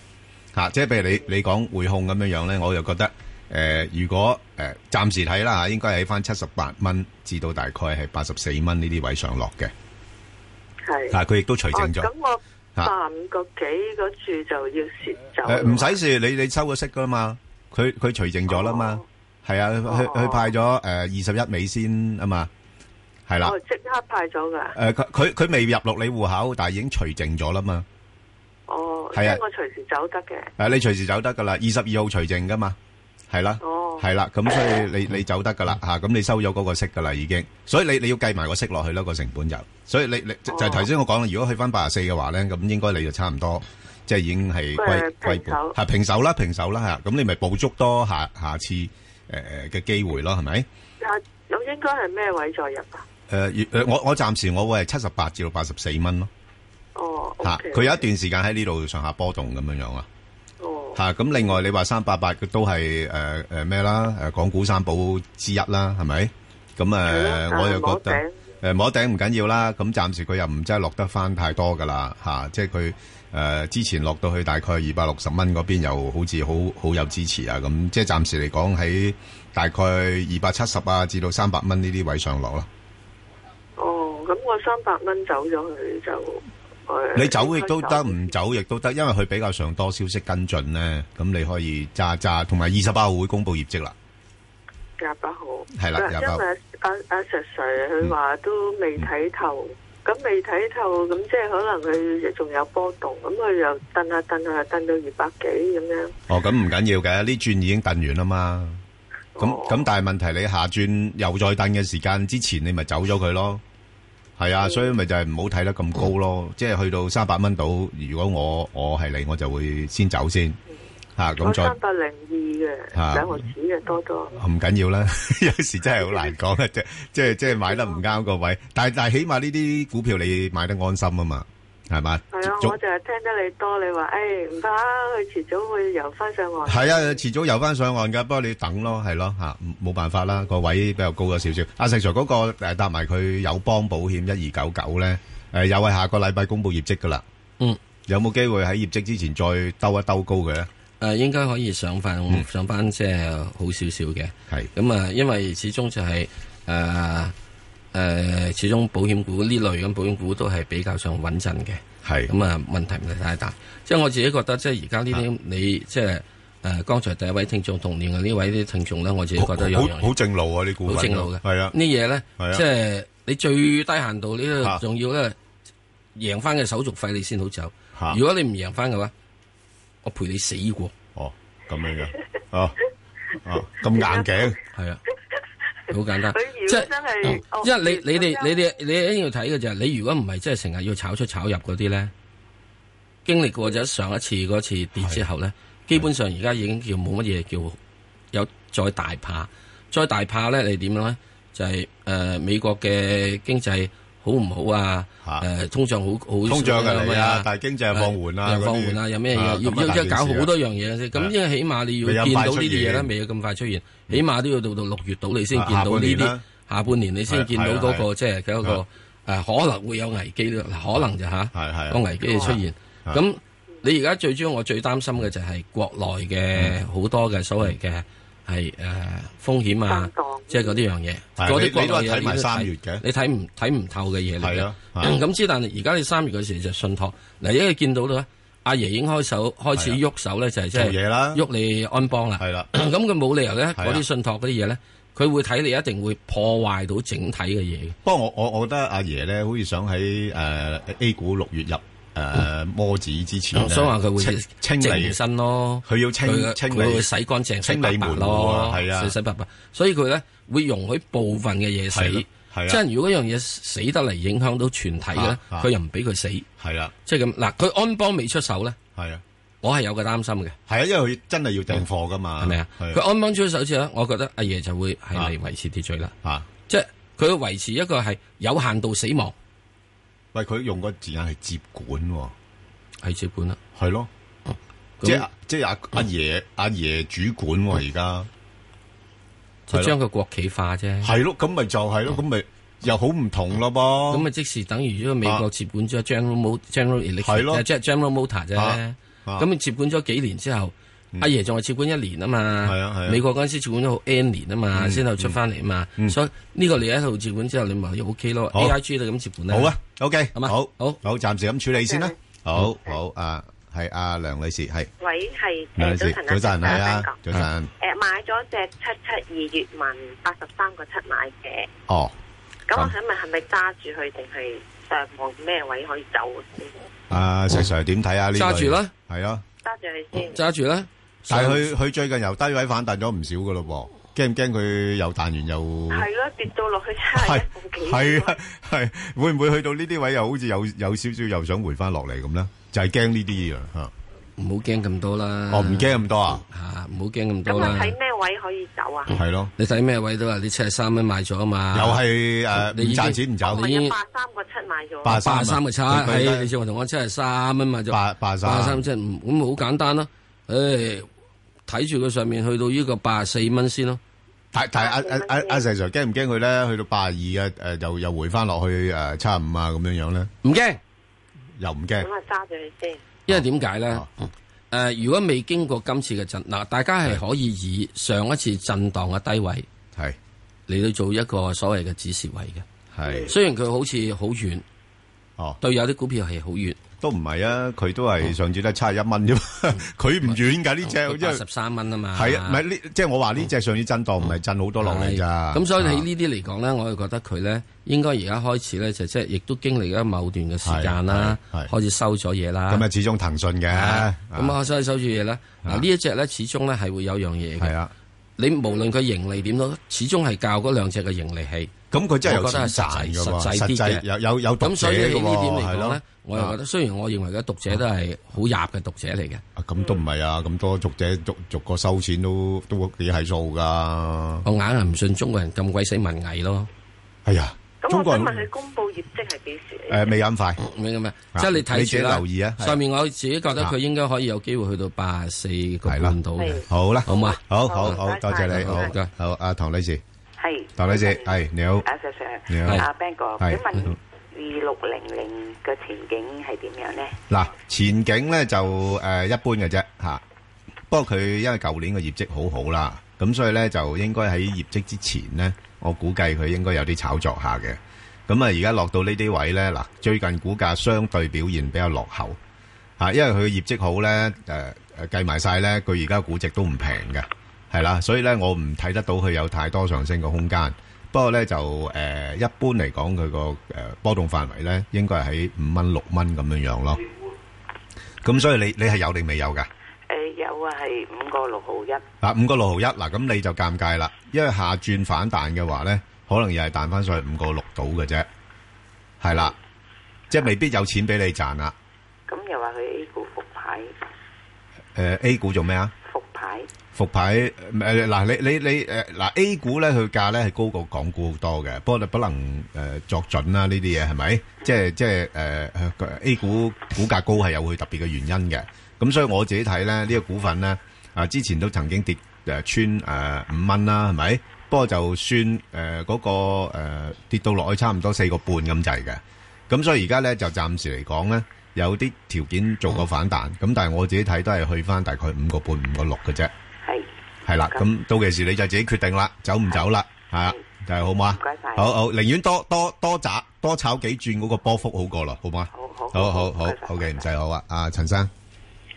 Speaker 1: 嚇。即係譬如你你講匯控咁樣樣咧，我就覺得誒，如果誒暫時睇啦嚇，應該係喺翻七十八蚊至到大概係八十四蚊呢啲位上落嘅
Speaker 5: 係
Speaker 1: 嚇，佢亦都除
Speaker 5: 哦
Speaker 1: 淨啊咗
Speaker 5: 咁我
Speaker 1: 嚇。
Speaker 5: 八五個幾嗰注就要蝕走，
Speaker 1: 诶，呃唔使試，你你收咗息噶啦嘛，佢佢除淨咗啦嘛
Speaker 5: 哦，
Speaker 1: 係啊，佢佢
Speaker 5: 哦
Speaker 1: 佢派咗诶二十一美仙啊嘛，係啦
Speaker 5: 哦，，即刻派咗㗎，
Speaker 1: 诶佢佢佢未入落你户口，但係已經除淨咗啦嘛，
Speaker 5: 哦，即
Speaker 1: 係啊
Speaker 5: 係我隨時走得嘅，
Speaker 1: 诶你隨時走得噶啦，二十二號除淨噶嘛，係啦，
Speaker 5: 哦，嗯
Speaker 1: 係啦，咁所以你你走得噶啦吓，咁你收咗嗰個息噶啦已經，所以你你要計埋個息落去啦個成本就，所以你你就
Speaker 5: 哦
Speaker 1: 就係頭先我講啦，如果去翻八十四嘅話咧，咁應該你就差唔多。即係已經係
Speaker 5: 誒
Speaker 1: 歸
Speaker 5: 平
Speaker 1: 歸本
Speaker 5: 手
Speaker 1: 係平手啦，平手啦嚇，咁你咪捕捉多下下次誒誒嘅機會咯，係咪？誒、
Speaker 5: 啊咁應該係咩位再入啊？
Speaker 1: 越誒我我暫時我會係七十八至到八十四蚊咯
Speaker 5: 哦
Speaker 1: 嚇，
Speaker 5: ，OK，
Speaker 1: 啊佢有一段時間喺呢度上下波動咁樣樣啊
Speaker 5: 哦。
Speaker 1: 嚇，咁另外你話三八八佢都係誒誒咩啦誒港股三寶之一啦，係咪？咁誒、
Speaker 5: 係咯啊
Speaker 1: 我又覺得
Speaker 5: 但係冇頂
Speaker 1: 誒摸頂唔緊要啦，咁暫時佢又唔真係落得翻太多噶啦嚇，即係佢呃之前落到去大概二百六十蚊嗰邊，又好似好好有支持啊。咁即係暫時嚟講喺大概二百七十啊至到三百蚊呢啲位上落咯。
Speaker 5: 哦，咁我三百蚊走咗佢就呃誒
Speaker 1: 你走亦都得，唔走亦都得，因為佢比較上多消息跟進咧，咁你可以揸揸，同埋二十八號會公布業績啦。
Speaker 5: 廿八號
Speaker 1: 係啦
Speaker 5: 因為
Speaker 1: 28號嗯
Speaker 5: 阿阿石 Sir 佢話都未睇透，咁未睇透，咁即係可能佢仲有波動，咁佢又蹬下蹬下蹬到二百幾咁樣。
Speaker 1: 哦，咁唔緊要嘅，呢轉已經燉完啦嘛。咁
Speaker 5: 哦
Speaker 1: 咁，但係問題你下轉又再燉嘅時間之前，你咪走咗佢咯。係
Speaker 5: 嗯
Speaker 1: 啊，所以咪就係唔好睇得咁高咯。即係去到三百蚊度，如果我我係你，我就會先走先嚇，咁、
Speaker 5: 我
Speaker 1: 再
Speaker 5: 三百零二
Speaker 1: 啊
Speaker 5: 嘅兩毫子嘅多多。
Speaker 1: 唔緊要啦， 有時真係好難講嘅，即即係即係買得唔啱個位，但係但係起碼呢啲股票你買得安心啊嘛，係嘛？
Speaker 5: 係啊，
Speaker 1: 總
Speaker 5: 我就係聽得你多，你話誒唔怕，佢遲早會游翻上岸。
Speaker 1: 係啊，遲早游翻上岸噶，不過你等咯，係咯吓，冇冇辦法啦，個位比較高咗少少。阿石 Sir 嗰、個誒搭埋佢友邦保險一二九九咧，誒又係下個禮拜公布業績噶啦。
Speaker 2: 嗯，
Speaker 1: 有冇機會喺業績之前再兜一兜高嘅咧？
Speaker 2: 誒應該可以上翻
Speaker 1: 嗯
Speaker 2: 上翻即係好少少嘅。
Speaker 1: 係
Speaker 2: 咁啊，因為始終就係誒誒，始終保險股呢類咁保險股都係比較上穩陣嘅。
Speaker 1: 係
Speaker 2: 咁啊，問題唔係太大。即係我自己覺得，即係而家呢
Speaker 1: 啊
Speaker 2: 啲你即係誒，剛才第一位聽眾同年嘅呢位啲聽眾咧，我自己覺得有樣
Speaker 1: 好好正路啊！呢股
Speaker 2: 好
Speaker 1: 份
Speaker 2: 正路嘅。
Speaker 1: 係啊，
Speaker 2: 呢嘢咧
Speaker 1: 係啊，
Speaker 2: 即係你最低限度呢
Speaker 1: 嚇，
Speaker 2: 仲要咧贏翻嘅手續費你先好走
Speaker 1: 嚇。
Speaker 2: 如果你唔贏翻嘅話，我陪你死過。
Speaker 1: 哦咁樣嘅，哦哦咁硬頸
Speaker 2: 係啊，好簡單
Speaker 5: 佢。如
Speaker 2: 即
Speaker 5: 果
Speaker 2: 係
Speaker 5: 真係
Speaker 2: 嗯
Speaker 5: 哦
Speaker 2: 因為你你哋
Speaker 5: 咁
Speaker 2: 你
Speaker 5: 樣
Speaker 2: 哋你一定要睇嘅就係你如果唔係真係成日要炒出炒入嗰啲咧，經歷過咗上一次嗰次跌之後咧，基本上而家已經叫冇乜嘢叫有再大怕，再大怕咧你點樣咧？就係、呃美國嘅經濟好唔好啊？
Speaker 1: 嚇
Speaker 2: 誒、通脹好好
Speaker 1: 通脹嘅嚟
Speaker 2: 咩
Speaker 1: 啊，但係經濟又放緩啦，
Speaker 2: 又放緩啊，有咩嘢？要要要搞好多樣嘢先。咁因為起碼你
Speaker 1: 啊未有
Speaker 2: 要見到
Speaker 1: 快
Speaker 2: 呢
Speaker 1: 出
Speaker 2: 啲嘢咧，
Speaker 1: 現
Speaker 2: 未有咁快出現，起碼都要到到六月度你先
Speaker 1: 啊
Speaker 2: 見
Speaker 1: 下
Speaker 2: 到
Speaker 1: 半
Speaker 2: 呢
Speaker 1: 年
Speaker 2: 啲
Speaker 1: 啦。
Speaker 2: 下半年你先
Speaker 1: 係
Speaker 2: 見到
Speaker 1: 係
Speaker 2: 嗰個
Speaker 1: 係
Speaker 2: 即係嗰
Speaker 1: 係
Speaker 2: 個誒可能會有危機啦，可能就嚇
Speaker 1: 係係
Speaker 2: 個危機嘅出現。
Speaker 1: 係
Speaker 2: 咁你而家最主要我最擔心嘅就係國內
Speaker 1: 嗯
Speaker 2: 嘅好多嘅所謂嘅係誒風險啊
Speaker 5: 震盪，
Speaker 2: 即係嗰啲樣嘢。
Speaker 1: 係
Speaker 2: 嗰
Speaker 1: 你
Speaker 2: 啲
Speaker 1: 你都
Speaker 2: 國
Speaker 1: 係
Speaker 2: 內有
Speaker 1: 睇埋
Speaker 2: 啲
Speaker 1: 三
Speaker 2: 睇
Speaker 1: 月嘅
Speaker 2: 你睇唔睇唔透嘅嘢嚟
Speaker 1: 係
Speaker 2: 嘅
Speaker 1: 啊。啊
Speaker 2: 咁之但係而家你三月嘅時就信託嗱，因為見到咧，阿爺已經開手開始
Speaker 1: 係
Speaker 2: 喐手咧，就係即係
Speaker 1: 啊做嘢啦
Speaker 2: 喐你安邦啦。
Speaker 1: 係啦
Speaker 2: 咁佢冇理由咧，
Speaker 1: 係啊
Speaker 2: 嗰啲信託嗰啲嘢咧，佢會睇你一定會破壞到整體嘅嘢嘅。
Speaker 1: 不過我我我覺得阿爺咧，好似想喺誒 A 股六月入誒摩指之前咧，
Speaker 2: 所以哦話佢
Speaker 1: 嗯清
Speaker 2: 會
Speaker 1: 清
Speaker 2: 淨
Speaker 1: 理
Speaker 2: 身咯，
Speaker 1: 佢要清
Speaker 2: 佢
Speaker 1: 清理
Speaker 2: 佢會洗乾淨、洗
Speaker 1: 清
Speaker 2: 白
Speaker 1: 理
Speaker 2: 白
Speaker 1: 門戶
Speaker 2: 咯
Speaker 1: 啊，係啊
Speaker 2: 洗洗白白。所以佢咧會容許部分嘅嘢死
Speaker 1: 係啦係啊，
Speaker 2: 即係如果樣嘢死得嚟影響到全體嘅咧
Speaker 1: 啊，啊
Speaker 2: 佢又唔俾佢死，
Speaker 1: 係啦，
Speaker 2: 即係咁嗱。佢安邦未出手咧，
Speaker 1: 係啊，
Speaker 2: 我係有個擔心嘅。
Speaker 1: 係啊，因為佢真係要訂貨噶嘛，
Speaker 2: 係咪啊？
Speaker 1: 係
Speaker 2: 佢安邦出手之後咧，我覺得阿爺就會係嚟維持秩序啦，
Speaker 1: 啊，
Speaker 2: 即係佢會維持一個係有限度死亡
Speaker 1: 喂，佢用個字眼係接管喎，
Speaker 2: 係接管啦。
Speaker 1: 係咯，
Speaker 2: 咁
Speaker 1: 即係即係阿阿爺阿爺主管喎，而家
Speaker 2: 即係
Speaker 1: 係咯
Speaker 2: 將個國企化啫。
Speaker 1: 係咯，咁咪就係咯，咁咪又好唔同咯噃，
Speaker 2: 咁啊，即是等於如果美國接管咗 General Mo General
Speaker 1: 啊係咯
Speaker 2: Electric，即係呃 General Motor 啫
Speaker 1: 啊。啊嗯
Speaker 2: 咁你接管咗幾年之後，阿爺仲係接管一年啊
Speaker 1: 係啊係
Speaker 2: 嘛。
Speaker 1: 啊嗯
Speaker 2: 美國嗰陣時接管咗好 N 年啊嘛，先後出翻嚟啊嘛。所以呢個你一路接管之後，你咪 O K 咯。
Speaker 1: 好
Speaker 2: A I G 都咁接管啦。
Speaker 1: 好啊，OK，
Speaker 2: 好嘛
Speaker 1: 好，
Speaker 2: 好
Speaker 1: 好，暫時咁處理先啦
Speaker 5: 嗯，
Speaker 1: 好好啊，係阿梁女士係。
Speaker 6: 喂，係
Speaker 1: 梁女
Speaker 6: 誒
Speaker 1: 士，
Speaker 6: 早晨
Speaker 1: 早晨，係啊，早
Speaker 6: 誒
Speaker 1: 晨，
Speaker 6: 呃買咗隻七七二粵文八十三個七買嘅，
Speaker 1: 哦，
Speaker 6: 咁
Speaker 1: 咁
Speaker 6: 我想問係咪揸住佢定係上望咩位可以走先？
Speaker 1: 哦阿石 Sir 點睇啊？呢類
Speaker 2: 揸住啦，
Speaker 1: 係啊，
Speaker 6: 揸住佢先，
Speaker 2: 揸住啦。
Speaker 1: 但係佢佢最近由低位反彈咗唔少噶咯喎，驚唔驚佢又彈完又
Speaker 6: 係咯，跌到落去七十一個幾，
Speaker 1: 啊係啊係，會唔會去到呢啲位又好似有有少少又想回翻落嚟咁咧？就係驚呢啲啊嚇，
Speaker 2: 唔好驚咁多啦。
Speaker 1: 哦唔驚咁多啊，
Speaker 2: 吓，唔好驚咁
Speaker 6: 咁
Speaker 2: 多
Speaker 6: 我
Speaker 2: 啦。
Speaker 6: 睇咩位可以走啊？
Speaker 1: 係咯，
Speaker 2: 你睇咩位都話你七十三蚊買咗啊嘛，
Speaker 1: 又係誒
Speaker 2: 你已
Speaker 1: 唔
Speaker 2: 經
Speaker 1: 賺錢唔走
Speaker 6: 我
Speaker 2: 已經
Speaker 6: 一八三個七買咗，
Speaker 1: 八
Speaker 2: 八十三個差，
Speaker 1: 啊佢佢
Speaker 2: 係你正話同我七十三蚊買咗，
Speaker 1: 八八十三
Speaker 2: 八十三即係唔咁好簡單咯。誒，睇住佢上面去到呢個八十四蚊先咯，
Speaker 1: 但但係阿阿阿阿石 Sir 驚唔驚佢咧？去到八二啊誒又又回翻落去誒七五啊咁樣樣咧，
Speaker 2: 唔驚，
Speaker 1: 又唔驚
Speaker 6: 咁。啊揸住佢先。
Speaker 2: 因為點解咧？誒、
Speaker 1: 啊
Speaker 2: 如果未經過今次嘅震，嗱，大家係可以以上一次震盪嘅低位
Speaker 1: 係
Speaker 2: 嚟到做一個所謂嘅指示位嘅。
Speaker 1: 係
Speaker 2: 雖然佢好似好遠，
Speaker 1: 哦，
Speaker 2: 對有啲股票係好遠，
Speaker 1: 都唔係啊，佢都係上次都係差一蚊啫嘛， 佢唔遠㗎呢只，因
Speaker 2: 八
Speaker 1: 為
Speaker 2: 十三蚊啊嘛。
Speaker 1: 係啊，唔係呢，即係我話呢只上次震盪唔係震好多落嚟咋，啊
Speaker 2: 係咁所以喺呢啲嚟講咧，我就覺得佢咧應該而家開始咧就即係亦都經歷咗某段嘅時間啦，
Speaker 1: 係係係
Speaker 2: 開始收咗嘢啦。
Speaker 1: 咁啊，始終騰訊嘅，
Speaker 2: 啊咁
Speaker 1: 啊
Speaker 2: 啊，所以收住嘢咧。
Speaker 1: 啊
Speaker 2: 嗱呢一隻咧，始終咧係會有樣嘢
Speaker 1: 係
Speaker 2: 嘅。
Speaker 1: 啊，
Speaker 2: 你無論佢盈利點都，始終係教嗰兩隻嘅盈利係。
Speaker 1: 咁佢真係有
Speaker 2: 我覺
Speaker 1: 錢
Speaker 2: 得係
Speaker 1: 賺㗎喎，
Speaker 2: 實
Speaker 1: 實
Speaker 2: 際實際啲嘅
Speaker 1: 際有有有讀
Speaker 2: 咁
Speaker 1: 者
Speaker 2: 所以喺
Speaker 1: 嘅
Speaker 2: 呢點
Speaker 1: 喎，係
Speaker 2: 嚟講
Speaker 1: 咯
Speaker 2: 咧，，我又覺得雖然我認為嘅讀者都係好入嘅讀者嚟嘅，
Speaker 1: 啊咁都唔係啊，咁多逐者逐逐個收錢都都幾係數㗎，
Speaker 2: 我硬係唔信中國人咁鬼死文藝咯。
Speaker 1: 哎呀，
Speaker 6: 咁
Speaker 1: 中
Speaker 6: 我
Speaker 1: 國
Speaker 6: 想問
Speaker 1: 人
Speaker 6: 佢公布業績係幾時？
Speaker 1: 誒未咁快，
Speaker 2: 明唔明啊？
Speaker 1: 啊
Speaker 2: 即係你
Speaker 1: 你
Speaker 2: 睇
Speaker 1: 自己
Speaker 2: 住啦。
Speaker 1: 留意啊係啊
Speaker 2: 上面我自己覺得佢應該可以有機會去到八十四個半到嘅
Speaker 6: 係。
Speaker 1: 好啦，
Speaker 2: 好嘛
Speaker 1: 好
Speaker 6: 好
Speaker 1: 好好，多
Speaker 6: 多
Speaker 1: 謝
Speaker 6: 謝
Speaker 1: 你，
Speaker 2: 好唔
Speaker 1: 好
Speaker 2: 該，
Speaker 1: 好，阿唐女士，
Speaker 6: 係
Speaker 1: 唐女士，係你好，
Speaker 6: 阿 Sir Sir，
Speaker 1: 你好
Speaker 6: 阿 Ben 哥，
Speaker 1: 係
Speaker 6: 請問二六零零嘅前景係點樣咧？
Speaker 1: 嗱，前景咧就誒、呃一般嘅啫嚇。不過佢因為舊年嘅業績好好啦，咁所以咧就應該喺業績之前咧，我估計佢應該有啲炒作下嘅。咁啊，而家落到呢啲位咧，嗱，最近股價相對表現比較落後嚇、因為佢業績好咧，誒、呃、誒計埋晒咧，佢而家估值都唔平嘅，係啦，所以咧我唔睇得到佢有太多上升嘅空間。不過咧就誒、呃一般嚟講，佢個誒波動範圍咧應該係喺五蚊六蚊咁樣樣咯。咁所以你你係有定未有㗎？啊
Speaker 6: 誒有啊，係五個六毫一。
Speaker 1: 嗱，五個六毫一嗱，咁你就尷尬啦，因為下轉反彈嘅話咧，可能又係彈翻上去五個六到嘅啫，係啦，即係未必有錢俾你賺啊啦。
Speaker 6: 咁又話佢 A 股復牌，
Speaker 1: 誒、A 股做咩啊？
Speaker 6: 復牌
Speaker 1: 復牌誒誒嗱、你你你誒呃嗱、A 股咧佢價咧係高過港股好多嘅，不過你不能誒、呃作準啦呢啲嘢係咪？即係即係誒、呃、A 股股價高係有佢特別嘅原因嘅。咁所以我自己睇咧呢、呢個股份咧啊之前都曾經跌誒、呃穿誒五蚊啦係咪？不過就算誒嗰、個、呃、跌到落去差唔多四個半咁滯嘅。咁所以而家咧就暫時嚟講咧，有啲條件做個反彈，咁但係我自己睇都係去翻大概五個半、五個六嘅啫。
Speaker 6: 係
Speaker 1: 係啦，咁到期時你就自己決定啦，走唔走啦，係啊，就係好嘛？
Speaker 6: 唔該晒
Speaker 1: 好好，寧願多多多扎多炒幾轉嗰個波幅好過啦，好嘛？
Speaker 6: 好好
Speaker 1: 好好好
Speaker 6: 唔該晒
Speaker 1: ，OK，唔使好啊，阿陳生，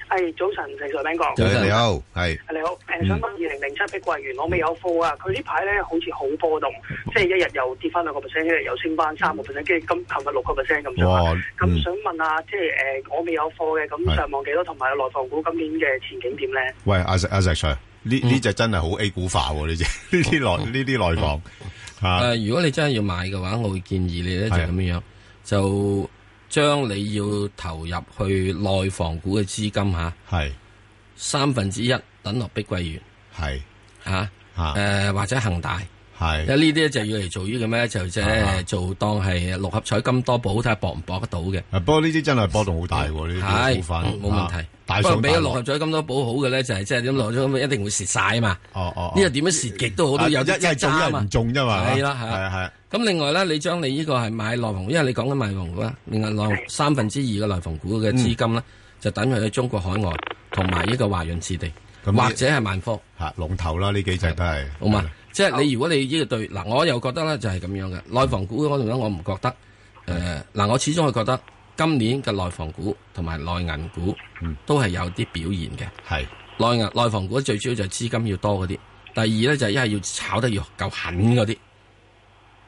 Speaker 7: 係早晨，陳 Sir Ben 哥，
Speaker 2: 早晨
Speaker 1: 你好，係
Speaker 7: 你好。
Speaker 4: 嗯
Speaker 7: 誒，想問二零零七碧桂園，我未有貨啊。佢呢排咧好似好波動，即係一日又跌翻兩個 percent，一日又升翻三個 percent，跟住今琴日六個 percent 咁上下。
Speaker 1: 哇，
Speaker 7: 咁
Speaker 1: 嗯
Speaker 7: 想問下，即係誒我未有貨嘅，咁
Speaker 1: 係
Speaker 7: 上望幾多？同埋內房股今年嘅前景點咧？
Speaker 1: 喂，阿石阿石 Sir，呢
Speaker 2: 嗯
Speaker 1: 呢只真係好 A 股化喎，呢只呢啲內呢啲內 房啊，
Speaker 2: 哦誒，如果你真係要買嘅話，我會建議你咧就
Speaker 1: 係啊
Speaker 2: 咁樣樣，就將你要投入去內房股嘅資金吓，
Speaker 1: 係
Speaker 2: 三分之一等落碧桂園
Speaker 1: 係
Speaker 2: 吓，
Speaker 1: 啊
Speaker 2: 誒或者恒大，因
Speaker 1: 係
Speaker 2: 為呢啲就要嚟做呢個咩，就即
Speaker 1: 啊
Speaker 2: 係做當係六合彩金多寶，睇下博唔博得到嘅。
Speaker 1: 啊，不過呢啲真係波動好大喎，呢啲
Speaker 2: 係嗯
Speaker 1: 股份
Speaker 2: 冇問題
Speaker 1: 啊。大
Speaker 2: 不過
Speaker 1: 上
Speaker 2: 俾
Speaker 1: 大
Speaker 2: 咗六合
Speaker 1: 落，
Speaker 2: 彩咁多寶好嘅咧，就係即係點落咗咁一定會蝕晒啊嘛。
Speaker 1: 哦哦，啊
Speaker 2: 呢個點樣蝕極都好，都有
Speaker 1: 一一
Speaker 2: 啲
Speaker 1: 係中一
Speaker 2: 渣
Speaker 1: 係
Speaker 2: 嘛
Speaker 1: 唔。中啫嘛，
Speaker 2: 係啦係
Speaker 1: 係啊係
Speaker 2: 咁另外咧，你將你呢個係買內房股，因為你講緊買內房股啦，另外內房三分之二嘅內房股嘅資金咧，就等佢去中國海外同埋呢個華潤置地，
Speaker 1: 咁呢
Speaker 2: 或者係萬科，
Speaker 1: 吓龍頭啦，呢幾隻都係
Speaker 2: 好嘛？即係你如果你呢個對嗱，我又覺得咧就係咁樣嘅內房股嗰度咧，我唔覺得誒嗱，我始終係覺得今年嘅內房股同埋內銀股
Speaker 1: 嗯
Speaker 2: 都係有啲表現嘅。
Speaker 1: 係
Speaker 2: 內銀內房股最主要就係資金要多嗰啲，第二咧就係一係要炒得要夠狠嗰啲。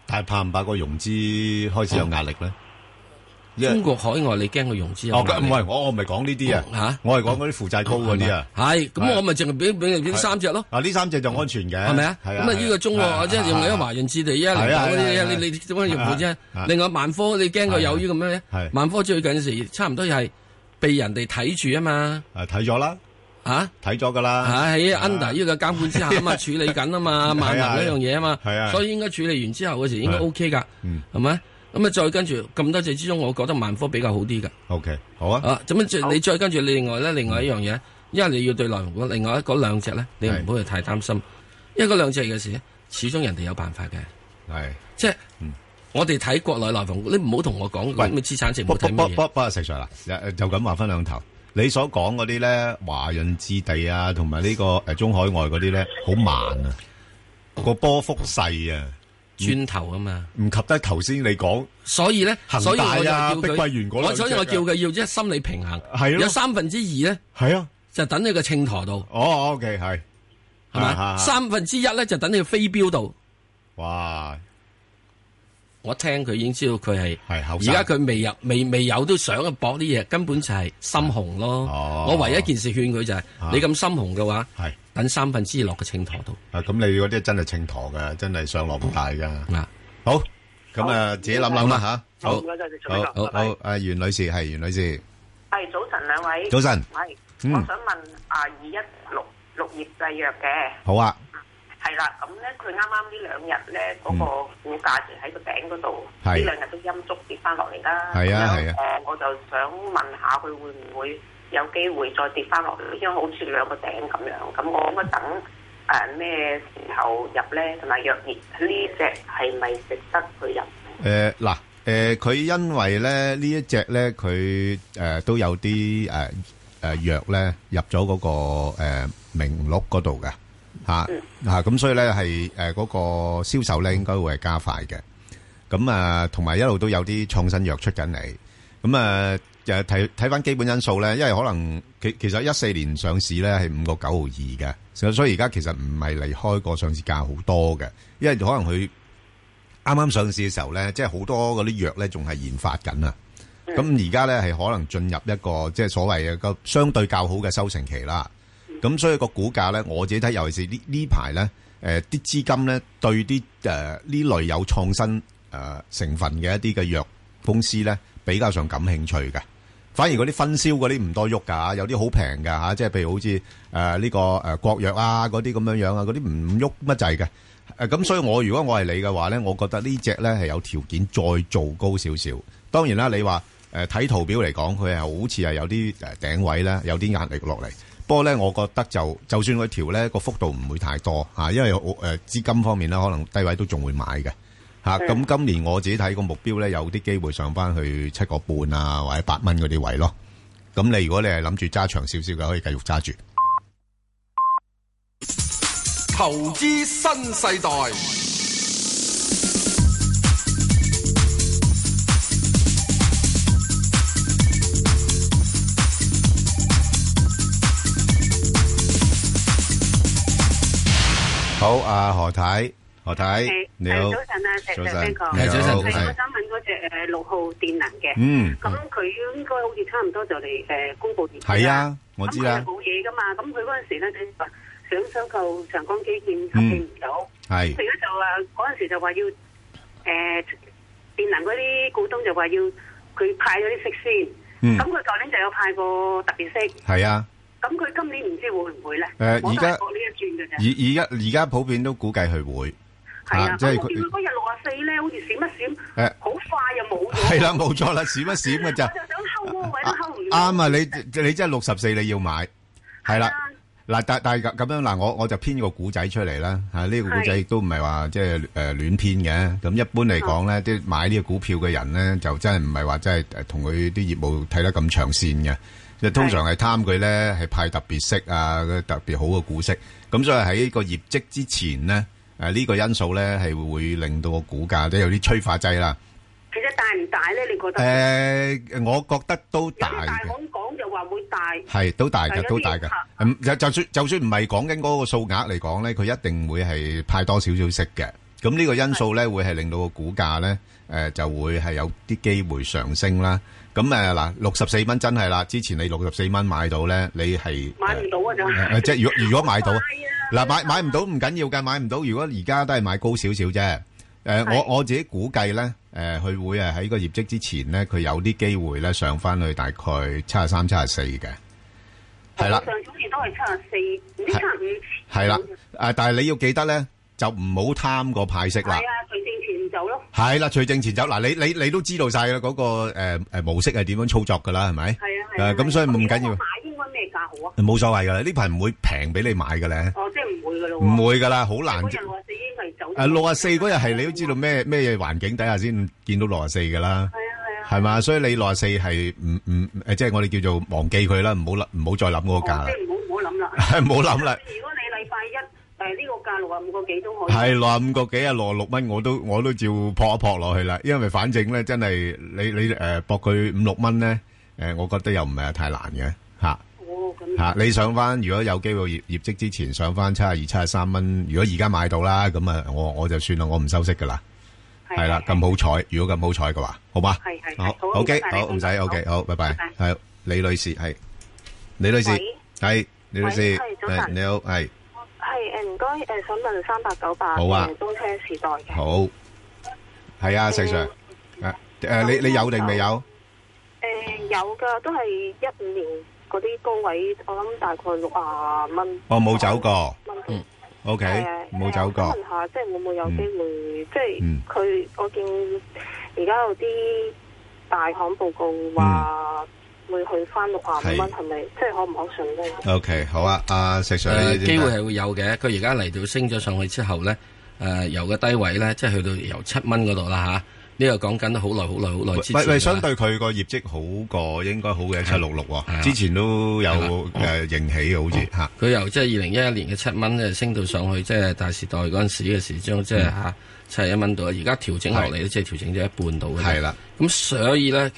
Speaker 1: 但係怕唔怕個融資開始有壓力咧？因
Speaker 2: 中
Speaker 1: 為
Speaker 2: 國海外你驚個融嗯資有
Speaker 1: 哦，
Speaker 2: 壓
Speaker 1: 唔
Speaker 2: 力哦
Speaker 1: 係我我唔係講呢啲啊
Speaker 2: 嚇，
Speaker 1: 我係講嗰啲負債高嗰啲啊。
Speaker 2: 係，咁我咪淨係俾俾俾
Speaker 1: 係
Speaker 2: 三隻咯，
Speaker 1: 啊，呢三隻就安全嘅，
Speaker 2: 係咪啊？
Speaker 1: 係
Speaker 2: 咁啊，呢個中國即係用緊華潤置地啊，
Speaker 1: 係
Speaker 2: 零
Speaker 1: 啊
Speaker 2: 九嗰
Speaker 1: 係啊
Speaker 2: 啲
Speaker 1: 係啊
Speaker 2: 你你點樣用佢啫
Speaker 1: 係啊？
Speaker 2: 另外萬科你驚佢有呢咁樣咧
Speaker 1: 係？
Speaker 2: 萬科最近時差唔多係被人哋睇住啊嘛，
Speaker 1: 啊睇咗啦，
Speaker 2: 啊！
Speaker 1: 睇咗噶啦，
Speaker 2: 喺 under 呢個監管之下啊嘛，處理緊 啊嘛，萬能呢樣嘢啊嘛
Speaker 1: 啊係啊，
Speaker 2: 所以應該處理完之後嘅時應該
Speaker 1: 係
Speaker 2: OK 噶
Speaker 1: 嗯，
Speaker 2: 係咪？咁啊，再跟住咁多隻之中，我覺得萬科比較好啲噶。
Speaker 1: OK，好啊，
Speaker 2: 啊，咁樣再你再跟住另外咧，另外一樣嘢，因為你要對內容股，另外嗰兩隻咧，你唔好去太擔心，因為嗰兩隻嘅事，始終人哋有辦法嘅，
Speaker 1: 係。
Speaker 2: 即係
Speaker 1: 嗯
Speaker 2: 我哋睇國內內房股，你唔好同我講
Speaker 1: 喂
Speaker 2: 咁嘅資產值，唔
Speaker 1: 不
Speaker 2: 好
Speaker 1: 不
Speaker 2: 睇
Speaker 1: 不
Speaker 2: 乜嘢。
Speaker 1: 不不，石 Sir 呃啦，就就咁話分兩頭。你所講嗰啲咧，華潤置地啊，同埋呢個诶中海外嗰啲咧，好慢啊，個波幅細啊，
Speaker 2: 砖頭啊嘛。
Speaker 1: 唔及得頭先你講
Speaker 2: 所以咧，
Speaker 1: 恒大啊
Speaker 2: 所以我就叫
Speaker 1: 碧桂園嗰
Speaker 2: 佢，
Speaker 1: 兩啊
Speaker 2: 我所以我叫佢要即係心理平衡。
Speaker 1: 係咯
Speaker 2: 有三分之二咧
Speaker 1: 係啊，
Speaker 2: 就等你個秤台度，
Speaker 1: 哦，OK 係，
Speaker 2: 係
Speaker 1: 啊啊
Speaker 2: 咪？三分之一咧就等你個飛鏢度。
Speaker 1: 哇，
Speaker 2: 我聽佢已經知道佢係
Speaker 1: 係後
Speaker 2: 而
Speaker 1: 生
Speaker 2: 家佢未入未未有都想去搏啲嘢，根本就係心紅咯。
Speaker 1: 哦
Speaker 2: 我唯一一件事勸佢就係、
Speaker 1: 啊
Speaker 2: 你咁心紅嘅話，
Speaker 1: 係
Speaker 2: 等三分之二落個秤台度
Speaker 1: 啊，咁你嗰啲真係秤砣噶，真係上落唔大噶。
Speaker 2: 啊！
Speaker 1: 好，咁啊，自己諗諗啦吓。好
Speaker 8: 唔，該晒，食
Speaker 1: 好，好，
Speaker 8: 拜拜。
Speaker 1: 好，阿袁女士係袁女士，
Speaker 9: 係早晨兩位，
Speaker 1: 早晨，
Speaker 9: 係，
Speaker 1: 嗯
Speaker 9: 我想問啊二一六綠葉製藥嘅。
Speaker 1: 好啊，
Speaker 9: 係啦，咁咧佢啱啱呢兩日咧嗰個股價就喺個頂嗰度，呢
Speaker 1: 嗯係
Speaker 9: 兩日都陰足跌翻落嚟啦。
Speaker 1: 係啊
Speaker 9: 咁樣
Speaker 1: 係啊
Speaker 9: 誒，我就想問下佢會唔會有機會再跌翻落嚟？因為好似兩個頂咁樣，咁我應該等誒咩時候入咧？同埋藥業呢只係咪值得佢入？
Speaker 1: 誒嗱誒，佢、因為咧呢一隻咧，佢誒、都有啲誒誒藥咧入咗嗰、個、呃、名錄嗰度嘅嚇嚇，咁、所以咧係誒嗰個銷售咧應該會係加快嘅。咁啊，同埋一路都有啲創新藥出緊嚟。咁啊，誒睇睇翻基本因素咧，因為可能其其實一四年上市咧係五個九毫二嘅，所以所以而家其實唔係離開個上市價好多嘅，因為可能佢啱啱上市嘅時候咧，即係好多嗰啲藥咧仲係研發緊啊。咁而家咧係可能進入一個即係所謂嘅個相對較好嘅收成期啦。咁所以個股價咧，我自己睇，尤其是呢呢排咧，誒、啲資金咧對啲誒呢類有創新誒、呃成分嘅一啲嘅藥公司咧比較上感興趣嘅。反而嗰啲分銷嗰啲唔多喐㗎，有啲好平㗎嚇，即係譬如好似誒呢個誒國藥啊嗰啲咁樣樣啊，嗰啲唔喐乜滯嘅。誒咁、所以我如果我係你嘅話咧，我覺得呢只咧係有條件再做高少少。當然啦，你話誒睇圖表嚟講，佢係好似係有啲誒頂位咧，有啲壓力落嚟。不過咧，我覺得就就算佢調咧個幅度唔會太多嚇、因為我誒、資金方面咧，可能低位都仲會買嘅。吓，咁今年我自己睇個目標咧，有啲機會上翻去七個半啊，或者八蚊嗰啲位咯。咁你如果你係諗住揸長少少嘅，可以繼續揸住。
Speaker 10: 投資新世代，
Speaker 1: 好，阿何太，何太
Speaker 5: 係，
Speaker 1: 你好，
Speaker 5: 早晨啊，石
Speaker 1: 早
Speaker 5: Sir
Speaker 1: 晨
Speaker 5: Ben 哥，
Speaker 1: 你
Speaker 2: 係
Speaker 1: 好
Speaker 2: 早晨早
Speaker 5: 係
Speaker 2: 晨
Speaker 5: 我想問嗰只誒六號電能嘅，
Speaker 1: 嗯
Speaker 5: 咁佢應該好似差唔多就嚟誒公佈業績啦
Speaker 1: 係，啊，我知啦
Speaker 5: 咁佢，冇嘢噶嘛，咁佢嗰陣時咧，佢話想收購長江基建合併唔到，
Speaker 1: 係
Speaker 5: 佢而家就話嗰陣時就話要誒電能嗰啲股東就話要佢派咗啲息
Speaker 1: 嗯
Speaker 5: 先，咁佢舊年就有派過特別息，
Speaker 1: 係啊，
Speaker 5: 咁佢今年唔知會唔會咧？
Speaker 1: 誒而家
Speaker 5: 我都係搏呢一轉嘅啫
Speaker 1: 而。而家而家普遍都估計佢會
Speaker 5: 係啊，
Speaker 1: 即係
Speaker 5: 咁我見佢
Speaker 1: 佢
Speaker 5: 嗰日六啊四咧，好似閃一
Speaker 1: 誒
Speaker 5: 閃，好快又冇咗。
Speaker 1: 係啦，冇錯啦，閃一閃嘅
Speaker 5: 我
Speaker 1: 咋
Speaker 5: 就。想睺嗰個
Speaker 1: À,
Speaker 5: 哦位都睺唔到。
Speaker 1: 啱啊！你你真係六十四你要買，係啦。
Speaker 5: À,
Speaker 1: 嗱，但但係咁樣嗱，我我就編個古仔出嚟啦嚇。呢、個古仔
Speaker 5: 係
Speaker 1: 亦都唔係話即係誒亂編嘅。咁一般嚟講
Speaker 5: 哦
Speaker 1: 咧，啲買呢個股票嘅人咧，就真係唔係話真係誒同佢啲業務睇得咁長線嘅。即係通常係貪佢咧係派特別息啊，嗰啲特別好嘅股息。咁所以喺個業績之前咧，誒、呢個因素咧係會令到個股價都有啲催化劑啦。
Speaker 5: 其實大唔大咧？你覺
Speaker 1: 誒、
Speaker 5: 得？
Speaker 1: 我覺得都
Speaker 5: 嗯有
Speaker 1: 大
Speaker 5: 啲大
Speaker 1: 嘅。
Speaker 5: 行講就話會大。
Speaker 1: 系都大
Speaker 5: 係有
Speaker 1: 嘅，
Speaker 5: 啲
Speaker 1: 都大嘅
Speaker 5: 嚇。
Speaker 1: 嗯就就算就算唔係講緊嗰個數額嚟講咧，佢一定會係派多少少息嘅。咁呢個因素咧，會係令到個股價咧，誒、就會係有啲機會上升啦。咁誒嗱，六十四蚊真係啦，之前你六十四蚊買到咧，你係
Speaker 5: 買唔到啊就
Speaker 1: 誒 誒即係如果如果買到
Speaker 5: 好
Speaker 1: 啊
Speaker 5: 快啊，
Speaker 1: 嗱買買唔到唔緊要嘅，買唔到如果而家都係買高少少啫。誒，
Speaker 5: 係
Speaker 1: 我我自己估計咧，誒，佢會誒喺個業績之前咧，佢有啲機會咧上翻去大概七十三、七十四嘅，係啦
Speaker 5: 我。上早前都係七啊四，唔知七啊五。
Speaker 1: 系啦，诶，但系你要記得咧，就唔好貪個派息
Speaker 5: 係
Speaker 1: 啦。
Speaker 5: 啊，隨正前走咯。
Speaker 1: 係啦，除正前走嗱，你你你都知道晒啦，嗰個诶诶模式係點樣操作噶啦，係咪？
Speaker 5: 係啊係啊。
Speaker 1: 诶，咁所以唔緊
Speaker 5: 咁
Speaker 1: 要
Speaker 5: 如果我買，應該咩價好啊？
Speaker 1: 冇所謂噶啦。呢排唔會平俾你買嘅咧，
Speaker 5: 哦，即係唔會噶咯喎。
Speaker 1: 唔會噶啦，好難
Speaker 5: 嗰日。六啊四已經係走咗。
Speaker 1: 诶，六啊四嗰日係你都知道咩咩嘢環境底下先見到六啊四噶啦。
Speaker 5: 係啊係啊。
Speaker 1: 係嘛？所以你內四係唔唔誒，即係我哋叫做忘記佢啦，唔好諗唔好再諗嗰個價啦，
Speaker 11: 即係唔好唔好 諗啦。
Speaker 1: 係唔好諗啦。
Speaker 11: 如果你禮拜一誒呢個價六啊五個幾都可以。
Speaker 1: 係落五個幾啊，落六蚊我都我都照撲一撲落去啦，因為反正咧真係你你誒搏佢五六蚊咧誒，我覺得又唔係太難嘅嚇
Speaker 11: 哦，咁
Speaker 1: 嚇。你上翻如果有機會業業績之前上翻七啊廿二七廿三蚊，如果而家買到啦，咁啊我我就算啦，我唔收息噶啦，係啦，咁好彩，如果咁好彩嘅話，好嘛？
Speaker 11: 係係係
Speaker 1: 好
Speaker 11: 好啊唔
Speaker 1: ，OK，
Speaker 11: 該晒
Speaker 1: 好
Speaker 11: 你
Speaker 1: 唔使
Speaker 11: 好
Speaker 1: ，OK，好，拜拜
Speaker 11: 拜，
Speaker 1: 係李女士係李女士
Speaker 12: 喂
Speaker 1: 係李女士
Speaker 12: 喂係早晨
Speaker 1: 係你好係
Speaker 12: 係誒，唔該誒，想問三八九八
Speaker 1: 好啊
Speaker 12: 中車時代嘅
Speaker 1: 好係啊，石 Sir 啊誒你你有定未有？
Speaker 12: 誒呃有噶，都係一五年嗰啲高位，我諗大概六啊蚊
Speaker 1: 我冇走過
Speaker 12: 蚊。
Speaker 2: 嗯
Speaker 1: ，OK，
Speaker 12: 誒
Speaker 1: 冇走
Speaker 12: 我
Speaker 1: 過
Speaker 12: 想。問下，即係會唔會有機會？即
Speaker 1: 嗯
Speaker 12: 係佢，我見而家有啲大行報告話會去翻六啊五
Speaker 1: 嗯係
Speaker 12: 蚊，係咪即係可唔可信咧？
Speaker 1: OK，好啊，阿石 Sir，
Speaker 2: 誒
Speaker 1: 你點
Speaker 2: 機會
Speaker 1: 睇
Speaker 2: 係會有嘅。佢而家嚟到升咗上去之後咧，誒、由個低位咧，即係去到由七蚊嗰度啦吓，呢個講緊好耐好耐好耐之前
Speaker 1: 喂喂，
Speaker 2: 啦
Speaker 1: 相對佢個業績好過，應該好嘅七六六
Speaker 2: 係
Speaker 1: 喎，
Speaker 2: 啊
Speaker 1: 之前都有誒
Speaker 2: 係
Speaker 1: 認起好似嚇，
Speaker 2: 佢由即係二零一一年嘅七蚊咧升到上去，即係大時代嗰陣時嘅時鐘，即
Speaker 1: 嗯
Speaker 2: 係嚇七十一蚊度啦。而家調整落嚟咧，即係調整咗一半度嘅。
Speaker 1: 係。啦，
Speaker 2: 咁所以咧，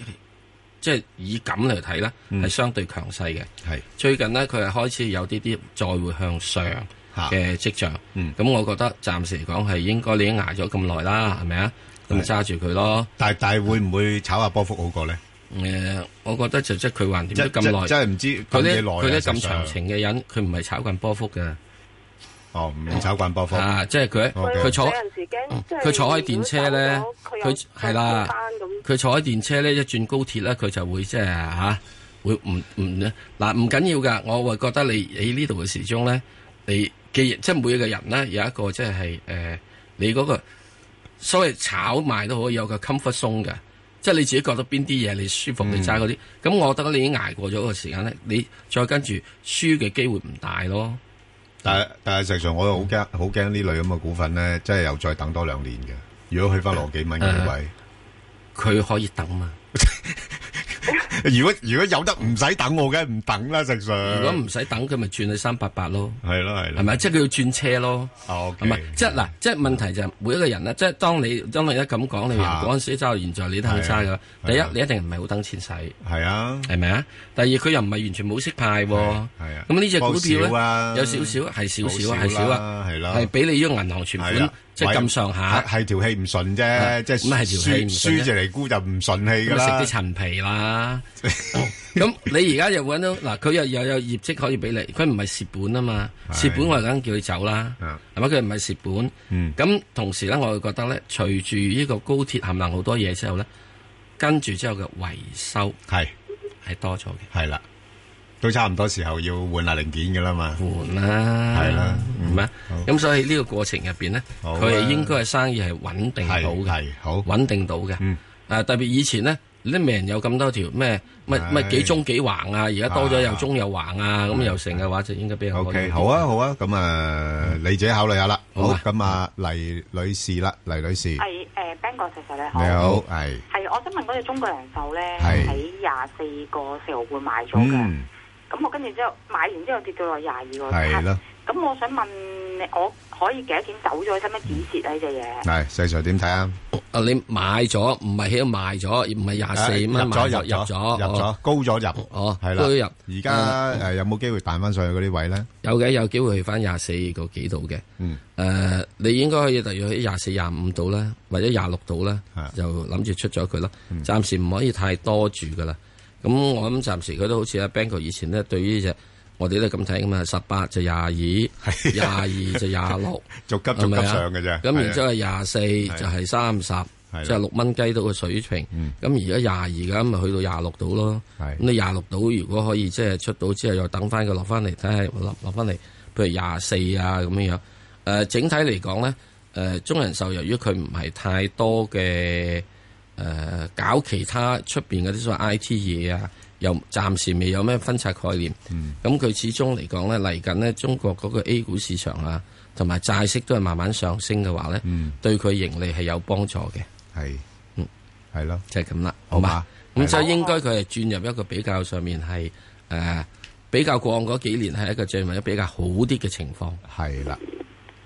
Speaker 2: 即係以咁嚟睇咧，
Speaker 1: 嗯
Speaker 2: 係相對強勢嘅。
Speaker 1: 係
Speaker 2: 最近咧，佢係開始有啲啲再會向上
Speaker 1: 嚇，
Speaker 2: 嘅跡象。咁、
Speaker 1: 啊嗯
Speaker 2: 我覺得暫時嚟講係應該你已經捱咗咁耐啦，係咪啊？咁
Speaker 1: 係
Speaker 2: 揸住佢咯。
Speaker 1: 但但會唔會炒下波幅好過咧？
Speaker 2: 誒、我覺得就即係佢還掂
Speaker 1: 即
Speaker 2: 咗咁耐，
Speaker 1: 真係唔知
Speaker 2: 佢
Speaker 1: 咁
Speaker 2: 咧
Speaker 1: 嘢耐啊
Speaker 2: 佢咧
Speaker 1: 石
Speaker 2: 咁
Speaker 1: Sir
Speaker 2: 長情嘅人，佢唔係炒緊波幅嘅。
Speaker 1: 哦，唔炒慣波幅，
Speaker 2: 啊，即係佢
Speaker 1: OK
Speaker 2: 佢坐嗯
Speaker 12: 有。陣時驚，即係
Speaker 2: 佢坐喺電車咧
Speaker 12: 如果走咗，
Speaker 2: 佢係啦，佢坐喺電車咧，一轉高鐵咧，佢就會即係嚇，會唔唔咧嗱唔緊要噶，我會覺得你喺呢度嘅時鐘咧，你既然即係每一個人咧有一個即係誒，你嗰個所謂炒賣都好，有個 comfort zone 嘅，即係你自己覺得邊啲嘢你舒服，你揸嗰啲，
Speaker 12: 嗯
Speaker 2: 咁我覺得你已經捱過咗嗰個時間咧，你再跟住輸嘅機會唔大咯。
Speaker 1: 但係但係實際上我又好驚好驚呢類咁嘅股份咧，真係又再等多兩年嘅。如果去翻落幾蚊嗰啲位，
Speaker 2: 佢可以等嘛？
Speaker 1: 如果如果有得唔使等，我梗係唔等啦，實上。
Speaker 2: 如果唔使等，佢咪轉去三八八咯。
Speaker 1: 係咯係咯，
Speaker 2: 係咪？即係佢要轉車咯，
Speaker 1: 哦，OK
Speaker 2: 係咪？即係嗱，即係問題就係每一個人咧，即係當你當你一咁講，你由
Speaker 1: 啊
Speaker 2: 嗰陣時揸到現在，你都肯揸噶。第
Speaker 1: 係
Speaker 2: 一
Speaker 1: 啊，
Speaker 2: 你一定唔係好等錢使，係
Speaker 1: 係啊？
Speaker 2: 咪啊？第二，佢又唔係完全冇息派喎。
Speaker 1: 係啊
Speaker 2: 咁呢只股
Speaker 1: 幫少
Speaker 2: 票
Speaker 1: 啊
Speaker 2: 咧，有少少係少少
Speaker 1: 好
Speaker 2: 係
Speaker 1: 少
Speaker 2: 少
Speaker 1: 啦
Speaker 2: 啊，
Speaker 1: 係啦
Speaker 2: 係俾你呢個銀行存
Speaker 1: 係
Speaker 2: 款
Speaker 1: 啊
Speaker 2: 即係咁上下
Speaker 1: 係，係條氣唔順啫，
Speaker 2: 啊
Speaker 1: 即
Speaker 2: 咁係條氣
Speaker 1: 係輸
Speaker 2: 唔順
Speaker 1: 輸
Speaker 2: 啫
Speaker 1: 就嚟沽就唔順氣噶
Speaker 2: 咁咪食
Speaker 1: 啦
Speaker 2: 啲。陳 皮啦。咁你而家又揾到嗱，佢又又有業績可以俾你，佢唔係蝕本啊嘛，
Speaker 1: 係
Speaker 2: 蝕本我係梗叫佢走啦
Speaker 1: 啊，
Speaker 2: 係咪？佢唔係蝕
Speaker 1: 嗯
Speaker 2: 本，咁同時咧，我會覺得咧，隨住呢個高鐵冚唪唥好多嘢之後咧，跟住之後嘅維修
Speaker 1: 係
Speaker 2: 係多咗嘅，
Speaker 1: 係啦，都差唔多時候要換下零件噶啦嘛。
Speaker 2: 換啦，
Speaker 1: 係啦嗯
Speaker 2: 係咪？
Speaker 1: 好
Speaker 2: 咁所以呢個過程入邊咧，
Speaker 1: 好啊
Speaker 2: 佢係應該係生意係穩定
Speaker 1: 係
Speaker 2: 到嘅。
Speaker 1: 係好
Speaker 2: 穩定到嘅。
Speaker 1: 嗯
Speaker 2: 啊，特別以前咧，你啲名人有咁多條咩乜
Speaker 1: 係
Speaker 2: 乜幾中幾橫啊，而家多
Speaker 1: 啊
Speaker 2: 咗又中又橫啊，咁又成嘅話就應該比較可
Speaker 1: OK，
Speaker 2: 以啲
Speaker 1: 好啊，。好啊，咁啊，你自己考慮下啦。好，
Speaker 2: 好啊
Speaker 1: 咁啊，黎女士啦，黎女士，你
Speaker 12: 係
Speaker 2: 呃
Speaker 12: 誒 b a n 哥石 Sir 你
Speaker 1: 好，係，
Speaker 12: 係，我想問嗰只中國人壽咧，
Speaker 1: 係
Speaker 12: 喺廿四個四毫半買咗嘅，
Speaker 1: 嗯，
Speaker 12: 咁、我跟住之後買完之後跌到落廿二個
Speaker 1: 係
Speaker 12: 七，
Speaker 1: 咯，
Speaker 12: 咁我想問我可以幾多錢走咗，使唔使止蝕啊呢只嘢？
Speaker 1: 係，細 Sir 點睇啊？
Speaker 2: 啊，你買咗唔係喺度賣咗，而唔係廿四
Speaker 1: 啊
Speaker 2: 蚊
Speaker 1: 入
Speaker 2: 買
Speaker 1: 咗
Speaker 2: 咗
Speaker 1: 入咗
Speaker 2: 咗
Speaker 1: 入咗
Speaker 2: 哦
Speaker 1: 高咗入，
Speaker 2: 哦
Speaker 1: 係啦，
Speaker 2: 高咗入
Speaker 1: 而家誒有冇機會彈翻上去嗰啲位咧？
Speaker 2: 有嘅，有機會去翻廿四個幾度嘅。
Speaker 1: 嗯，
Speaker 2: 誒，你應該可以大約喺廿四、廿五度啦，或者廿六度啦
Speaker 1: 係，嗯
Speaker 2: 就諗住出咗佢啦。暫時唔可以太多住噶啦。咁我諗暫時佢都好似阿 b a n g o 以前咧，對於只我哋都係咁睇噶嘛，十八就廿二，廿二就廿 六，
Speaker 1: 逐級
Speaker 2: 係咪啊
Speaker 1: 逐級上嘅啫
Speaker 2: 咁
Speaker 1: 係啊
Speaker 2: 然之後廿四就係三十，
Speaker 1: 係嗯
Speaker 2: 即係六蚊雞到嘅水平。咁而家廿二咁咪去到廿六度咯。
Speaker 1: 係
Speaker 2: 咁你廿六度如果可以即係出到之後又等翻佢落翻嚟睇下落落翻嚟，譬如廿四啊咁樣樣。誒、整體嚟講咧，誒、中人壽由於佢唔係太多嘅誒、搞其他出邊嗰啲所謂 I T 嘢啊，又暫時未有咩分拆概念。
Speaker 1: 嗯
Speaker 2: 咁佢、始終嚟講咧，嚟緊咧中國嗰個 A 股市場啊，同埋債
Speaker 1: 嗯
Speaker 2: 息都係慢慢上升嘅話咧，對佢盈利係有幫助嘅。
Speaker 1: 係，
Speaker 2: 嗯。
Speaker 1: 係，系咯，
Speaker 2: 就係咁啦，
Speaker 1: 好
Speaker 2: 好
Speaker 1: 嘛
Speaker 2: 嘛？
Speaker 1: 係
Speaker 2: 咁
Speaker 1: 啦
Speaker 2: 就應該佢係轉入一個比較上面係誒比較過往嗰幾年係一個最或者比較好啲嘅情況。
Speaker 1: 系啦，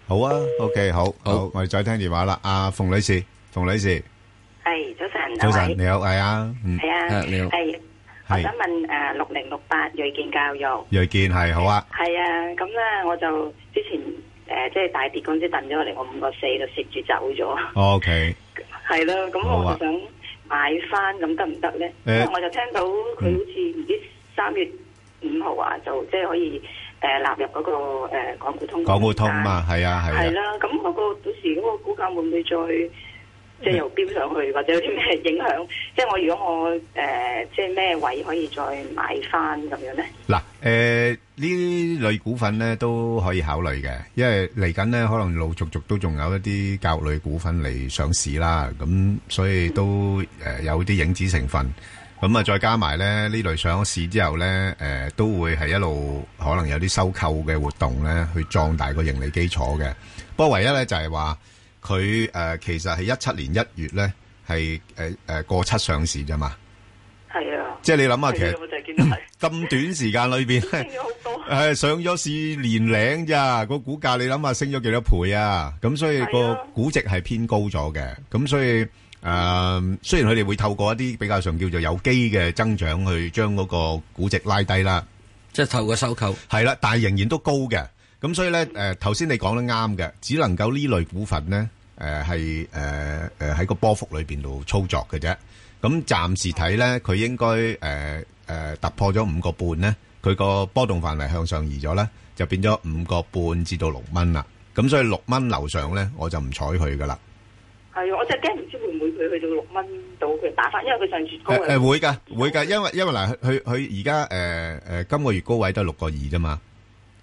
Speaker 1: 好啊，OK，好，好，我哋再听电话啦，阿冯女士，冯女士，
Speaker 13: 系早晨，
Speaker 1: 早
Speaker 13: 兩
Speaker 1: 晨，
Speaker 13: 位
Speaker 1: 你好，系啊，嗯，
Speaker 13: 系啊，
Speaker 1: 你好，
Speaker 13: 系，我想问诶六零六八瑞健教育，
Speaker 1: 锐健系好啊，
Speaker 13: 系啊，咁咧我就之前诶即系大跌嗰陣時掟咗嚟，我五個四就蝕住走咗，
Speaker 1: ，OK，
Speaker 13: 係咯，咁
Speaker 1: 好
Speaker 13: 我
Speaker 1: 啊呃
Speaker 13: 就想買翻，咁得唔得咧？因
Speaker 1: 誒
Speaker 13: 為我就聽到佢好似唔知三月五號啊，就即係可以诶納入嗰個诶港股通嗰個
Speaker 1: 港股通
Speaker 13: 名單
Speaker 1: 嘛，系啊，
Speaker 13: 係
Speaker 1: 系啊，
Speaker 13: 啦，咁嗰個到時嗰個股價會唔會再即
Speaker 1: 嗯
Speaker 13: 係又飆上去，或者有啲咩影響？即係我如果我誒、呃即係咩位可以再買翻咁樣咧？
Speaker 1: 嗱，诶，呢类股份咧都可以考虑嘅，因为嚟紧咧可能陆续续都仲有一啲教育类股份嚟上市啦，咁所以都诶有啲影子成分。咁啊，再加埋咧呢類上咗市之後咧，誒、都會係一路可能有啲收購嘅活動咧，去壯大個盈利基礎嘅。不過唯一咧就係話佢誒其實係一七年一月咧係誒誒過七上市啫嘛，
Speaker 13: 係啊，
Speaker 1: 即係你諗下其
Speaker 13: 係
Speaker 1: 實
Speaker 13: 啊我就係見
Speaker 1: 嗯
Speaker 13: 到係
Speaker 1: 咁短時間裏邊咧
Speaker 13: 升咗好多，
Speaker 1: 誒上咗市年零咋個股價，你諗下升咗幾多倍啊？咁所以個估值係偏高咗嘅，咁所以誒、呃雖然佢哋會透過一啲比較上叫做有機嘅增長去將嗰個估值拉低啦，
Speaker 2: 即係透過收購
Speaker 1: 係啦，但係仍然都高嘅。咁所以咧誒頭先你講得啱嘅，只能夠呢類股份咧誒係誒誒喺個波幅裏邊度操作嘅啫。咁暫時睇咧，佢應該誒誒突破咗五個半咧，佢個波動範圍向上移咗咧，就變咗五個半至到六蚊啦。咁所以六蚊樓上咧，我就唔睬佢噶啦。
Speaker 13: 係啊，我就驚唔知會唔會佢去到六蚊到佢打翻，因為佢上次高
Speaker 1: 誒
Speaker 13: 啊
Speaker 1: 誒會㗎會㗎，因為因為嗱，佢佢佢而家誒誒今個月高位都係六個二啫嘛。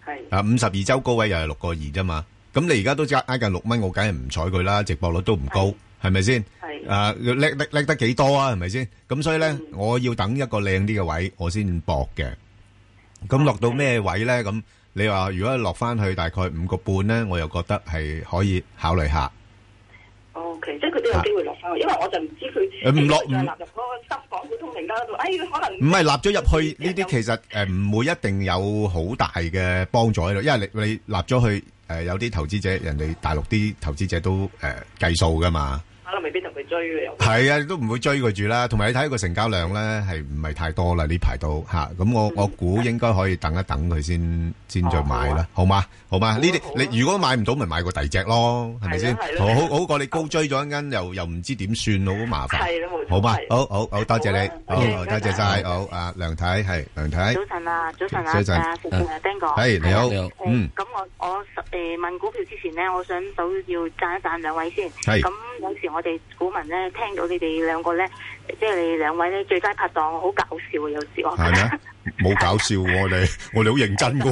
Speaker 13: 係
Speaker 1: 啊，五十二周高位又係六個二啫嘛。咁你而家都即係挨近六蚊，我梗係唔睬佢啦，直播率都唔高，係咪先？
Speaker 13: 係
Speaker 1: 啊，叻叻叻得幾多啊？係咪先？咁所以咧，我要等一個靚啲嘅位，我先搏嘅。咁落到咩位咧？咁你話如果落翻去大概五個半咧，我又覺得係可以考慮下。
Speaker 13: O 哦 K，即係佢都有機會落翻去，因為我就唔知佢
Speaker 1: 誒唔落
Speaker 13: 即係佢再納入嗰個深港股通名單嗰度，哎，佢可能
Speaker 1: 唔係納咗入去呢啲，其實誒唔會一定有好大嘅幫助喺度，因為你你納咗去誒有啲投資者，人哋大陸啲投資者都誒計數噶嘛。
Speaker 13: 可能未必同佢追嘅又。
Speaker 1: 係啊，都唔會追佢住啦。同埋你睇個成交量咧，係唔係太多啦？呢排都吓，咁我我估應該可以等一等佢先先再買啦，好嘛？好嘛？呢啲你如果買唔到，咪買個第二隻咯，係咪先？
Speaker 13: 係
Speaker 1: 好
Speaker 13: 咯係咯
Speaker 1: 好好過你高追咗一間，又又唔知點算，好麻煩。
Speaker 13: 係咯冇錯
Speaker 1: 好嘛？
Speaker 13: 係
Speaker 1: 好好好，多謝你，好
Speaker 13: 好啊
Speaker 1: 好多謝晒，好啊，梁太係梁太，
Speaker 14: 早晨啊，早晨啊，
Speaker 1: 早晨
Speaker 14: 啊
Speaker 1: 嗯
Speaker 14: Ben 哥，
Speaker 1: 係你好
Speaker 14: 係啊
Speaker 1: 嗯
Speaker 14: 咁我我誒問股票之前呢，我想首要讚一讚兩位先。
Speaker 1: 係
Speaker 14: 咁有時我哋股民咧聽到你哋兩個咧，即係你兩位咧最佳拍檔，好搞笑啊！有時我
Speaker 1: 係咩？冇搞笑喎你，我哋好認真噶。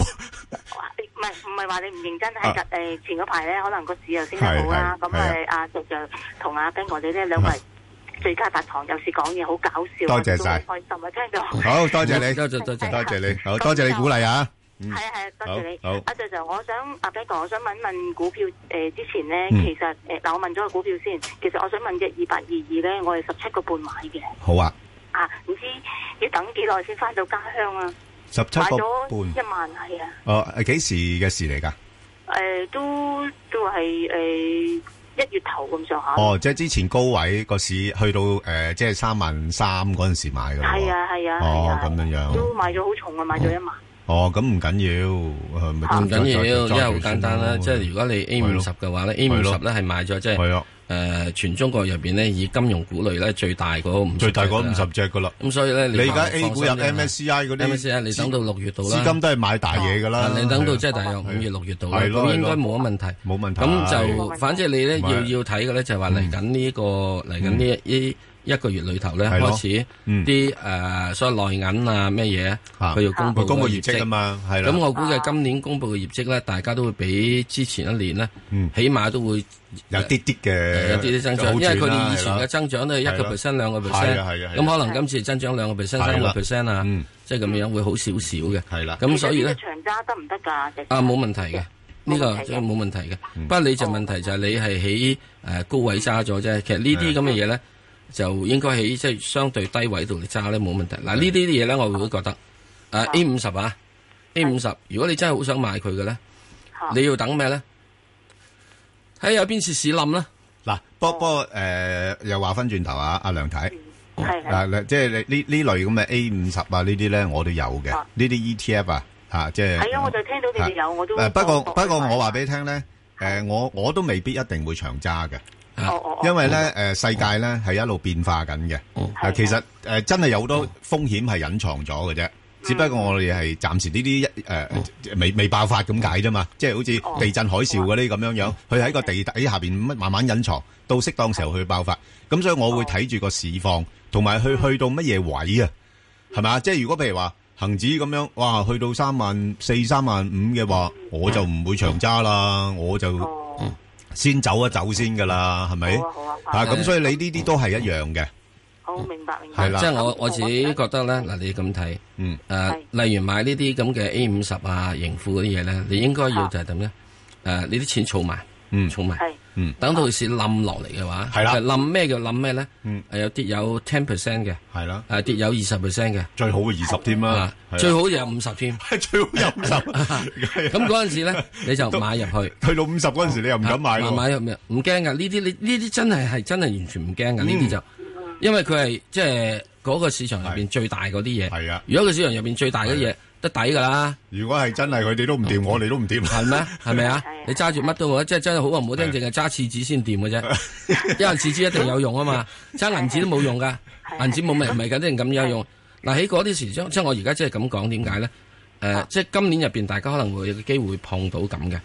Speaker 14: 唔係唔 係話你唔認真，
Speaker 1: 啊
Speaker 14: 係誒前嗰排咧，可能個市又升得好啦，
Speaker 1: 係係
Speaker 14: 咁
Speaker 1: 係
Speaker 14: 啊阿石就同阿 Ben 哥你咧兩個係最佳拍檔，有時講嘢好搞笑
Speaker 1: 多
Speaker 14: 啊，
Speaker 1: 謝晒
Speaker 14: 都好開心啊！聽到
Speaker 1: 好多謝你，
Speaker 2: 嗯多謝多謝
Speaker 1: 多謝你，好多謝你鼓勵啊。嗯
Speaker 14: 係啊係啊，多謝你。
Speaker 1: 好好
Speaker 14: 阿 Sir 就我想阿 b e 哥，我想問一問股票誒之前咧，
Speaker 1: 嗯
Speaker 14: 其實誒嗱我問咗個股票先，其實我想問嘅二八二二咧，我係十七個半買嘅，
Speaker 1: 好啊，
Speaker 14: 啊唔知要等幾耐先翻到家鄉啊？
Speaker 1: 十七
Speaker 14: 買
Speaker 1: 個
Speaker 14: 咗
Speaker 1: 半
Speaker 14: 一。萬係啊，
Speaker 1: 哦，係幾時嘅事嚟㗎？
Speaker 14: 誒都都係誒一月頭咁上下。
Speaker 1: 哦，即係之前高位個市去到诶，即係三萬三嗰阵时买㗎喎
Speaker 14: 係啊係啊係
Speaker 1: 哦，
Speaker 14: 啊，
Speaker 1: 咁樣樣。
Speaker 14: 都買咗好重啊，買咗一萬。
Speaker 1: 哦，咁唔緊要，係咪
Speaker 2: 唔緊要，因為好
Speaker 1: 再
Speaker 2: 簡單啦。即係如果你 A 五十嘅話咧，A 五
Speaker 1: 係
Speaker 2: 十
Speaker 1: 咯
Speaker 2: 咧係買咗即
Speaker 1: 係
Speaker 2: 係
Speaker 1: 啊
Speaker 2: 誒全中國入邊咧以金融股類咧最大嗰五
Speaker 1: 最大嗰50隻㗎啦
Speaker 2: 咁所以咧，
Speaker 1: 你而家 A 股入 MSCI 嗰啲
Speaker 2: MSCI 啊你等到六月度啦，
Speaker 1: 資金都係買大嘢㗎啦
Speaker 2: 啊你等
Speaker 1: 係
Speaker 2: 到
Speaker 1: 啊
Speaker 2: 即係大約五月六月度啦，
Speaker 1: 係咯
Speaker 2: 咁
Speaker 1: 係
Speaker 2: 應
Speaker 1: 咯
Speaker 2: 該冇乜問題。
Speaker 1: 冇問題。嗯
Speaker 2: 咁就反正你咧
Speaker 1: 唔
Speaker 2: 要
Speaker 1: 係
Speaker 2: 要睇嘅咧，就係話嚟緊呢個嚟緊呢一一個月裏頭咧，
Speaker 1: 嗯係咯
Speaker 2: 開始
Speaker 1: 嗯
Speaker 2: 啲誒所謂內銀啊咩嘢，佢要公佈
Speaker 1: 公佈
Speaker 2: 個
Speaker 1: 業績啊嘛係啦
Speaker 2: 咁我估
Speaker 14: 啊
Speaker 2: 計今年公佈嘅業績咧，大家都會比之前一年咧
Speaker 1: 嗯，
Speaker 2: 起碼都會呃
Speaker 1: 有啲啲嘅
Speaker 2: 有啲啲增長，
Speaker 1: 好轉
Speaker 2: 因
Speaker 1: 啦
Speaker 2: 為佢哋以前
Speaker 1: 係啦
Speaker 2: 嘅增長都係一個
Speaker 1: 係啦
Speaker 2: percent 兩個
Speaker 1: 係
Speaker 2: percent，
Speaker 1: 啊係啊係啊嗯
Speaker 2: 咁可能今次增長兩個 percent 三個 percent 啊，即係咁樣會好少少嘅。
Speaker 1: 係啦
Speaker 2: 咁所以咧
Speaker 14: 其。實呢個長揸得唔得㗎？石 Sir？
Speaker 2: 啊，冇問題嘅，嗯呢個真係冇問題嘅。不過你就問題就係你係喺誒高位揸咗啫。其實呢啲咁嘅嘢咧，就應該喺即係相對低位度嚟揸咧，冇問題。嗱呢啲啲嘢咧，我會覺得誒 A 五十嗯啊，A 五十，如果你真係好想買佢嘅咧，你要等咩咧？睇有邊次市冧啦。
Speaker 1: 嗱，不不過誒，又話翻轉頭啊，阿梁太。
Speaker 14: 係
Speaker 1: 嗱，嗱即係你呢呢類咁嘅 A 五十啊，呢啲咧我都有嘅，
Speaker 14: 啊
Speaker 1: 呢啲 ETF 啊，啊即係
Speaker 14: 係啊，我就聽到你哋有，我都
Speaker 1: 誒啊不過不過我話俾你聽咧，誒我我都未必一定會長揸嘅。
Speaker 14: 哦
Speaker 1: 因為咧，誒世界咧係一路變化緊嘅。啊，其實誒真係有好多風險係隱藏咗嘅啫，只不過我哋係暫時呢啲一誒未未爆發咁解啫嘛。即係好似地震、海嘯嗰啲咁樣樣，佢喺個地底下邊乜慢慢隱藏，到適當時候去爆發。咁所以我會睇住個市況，同埋去去到乜嘢位啊？係嘛？即係如果譬如話恒指咁樣，哇，去到三萬四、三萬五嘅話，我就唔會長揸啦，我
Speaker 14: 哦
Speaker 1: 就先走一走先噶啦，係咪？啊，咁所以你呢啲都係一樣嘅，
Speaker 14: 好哦明白明
Speaker 2: 係
Speaker 14: 白。哦
Speaker 2: 啦，即係我我自己覺得咧，嗱你咁睇，
Speaker 1: 嗯，
Speaker 2: 誒，例如買呢啲咁嘅 A 五十啊、盈富嗰啲嘢咧，你應該要就係點咧？誒，你啲錢儲埋，
Speaker 1: 嗯，
Speaker 2: 儲埋，
Speaker 1: 嗯，
Speaker 2: 等到市冧落嚟嘅話，
Speaker 1: 係啦
Speaker 2: 就冧咩叫冧咩咧？
Speaker 1: 嗯，
Speaker 2: 誒有跌有 ten percent 嘅，
Speaker 1: 係啦，
Speaker 2: 誒跌有二十 percent 嘅，啊
Speaker 1: 最好二十添啦，啊
Speaker 2: 最好有五十添，
Speaker 1: 最好有五啊十。
Speaker 2: 咁嗰陣時咧，你就買入去，啊
Speaker 1: 去到五十嗰陣時，你又唔敢啊買咯。
Speaker 2: 買入咩？唔驚噶，呢啲你呢啲真係係真係完全唔驚
Speaker 1: 嗯
Speaker 2: 噶，呢啲就因為佢係即係嗰個市場入邊最大嗰啲嘢。
Speaker 1: 係啊，
Speaker 2: 如果個市場入邊最大嘅嘢得抵噶啦。
Speaker 1: 如果係真係佢哋都唔掂，我哋都唔掂，
Speaker 2: 係咩？係咪啊？你揸住乜都好，即係真係好話唔好聽，淨係揸廁紙先掂嘅啫。因為廁紙一定有用啊嘛，揸銀紙都冇用噶，銀紙冇咪唔係緊定咁有用。嗱喺嗰啲時將，即係我而家即係咁講，點解咧？誒，即係今年入邊，大家可能會有個機會碰到咁嘅。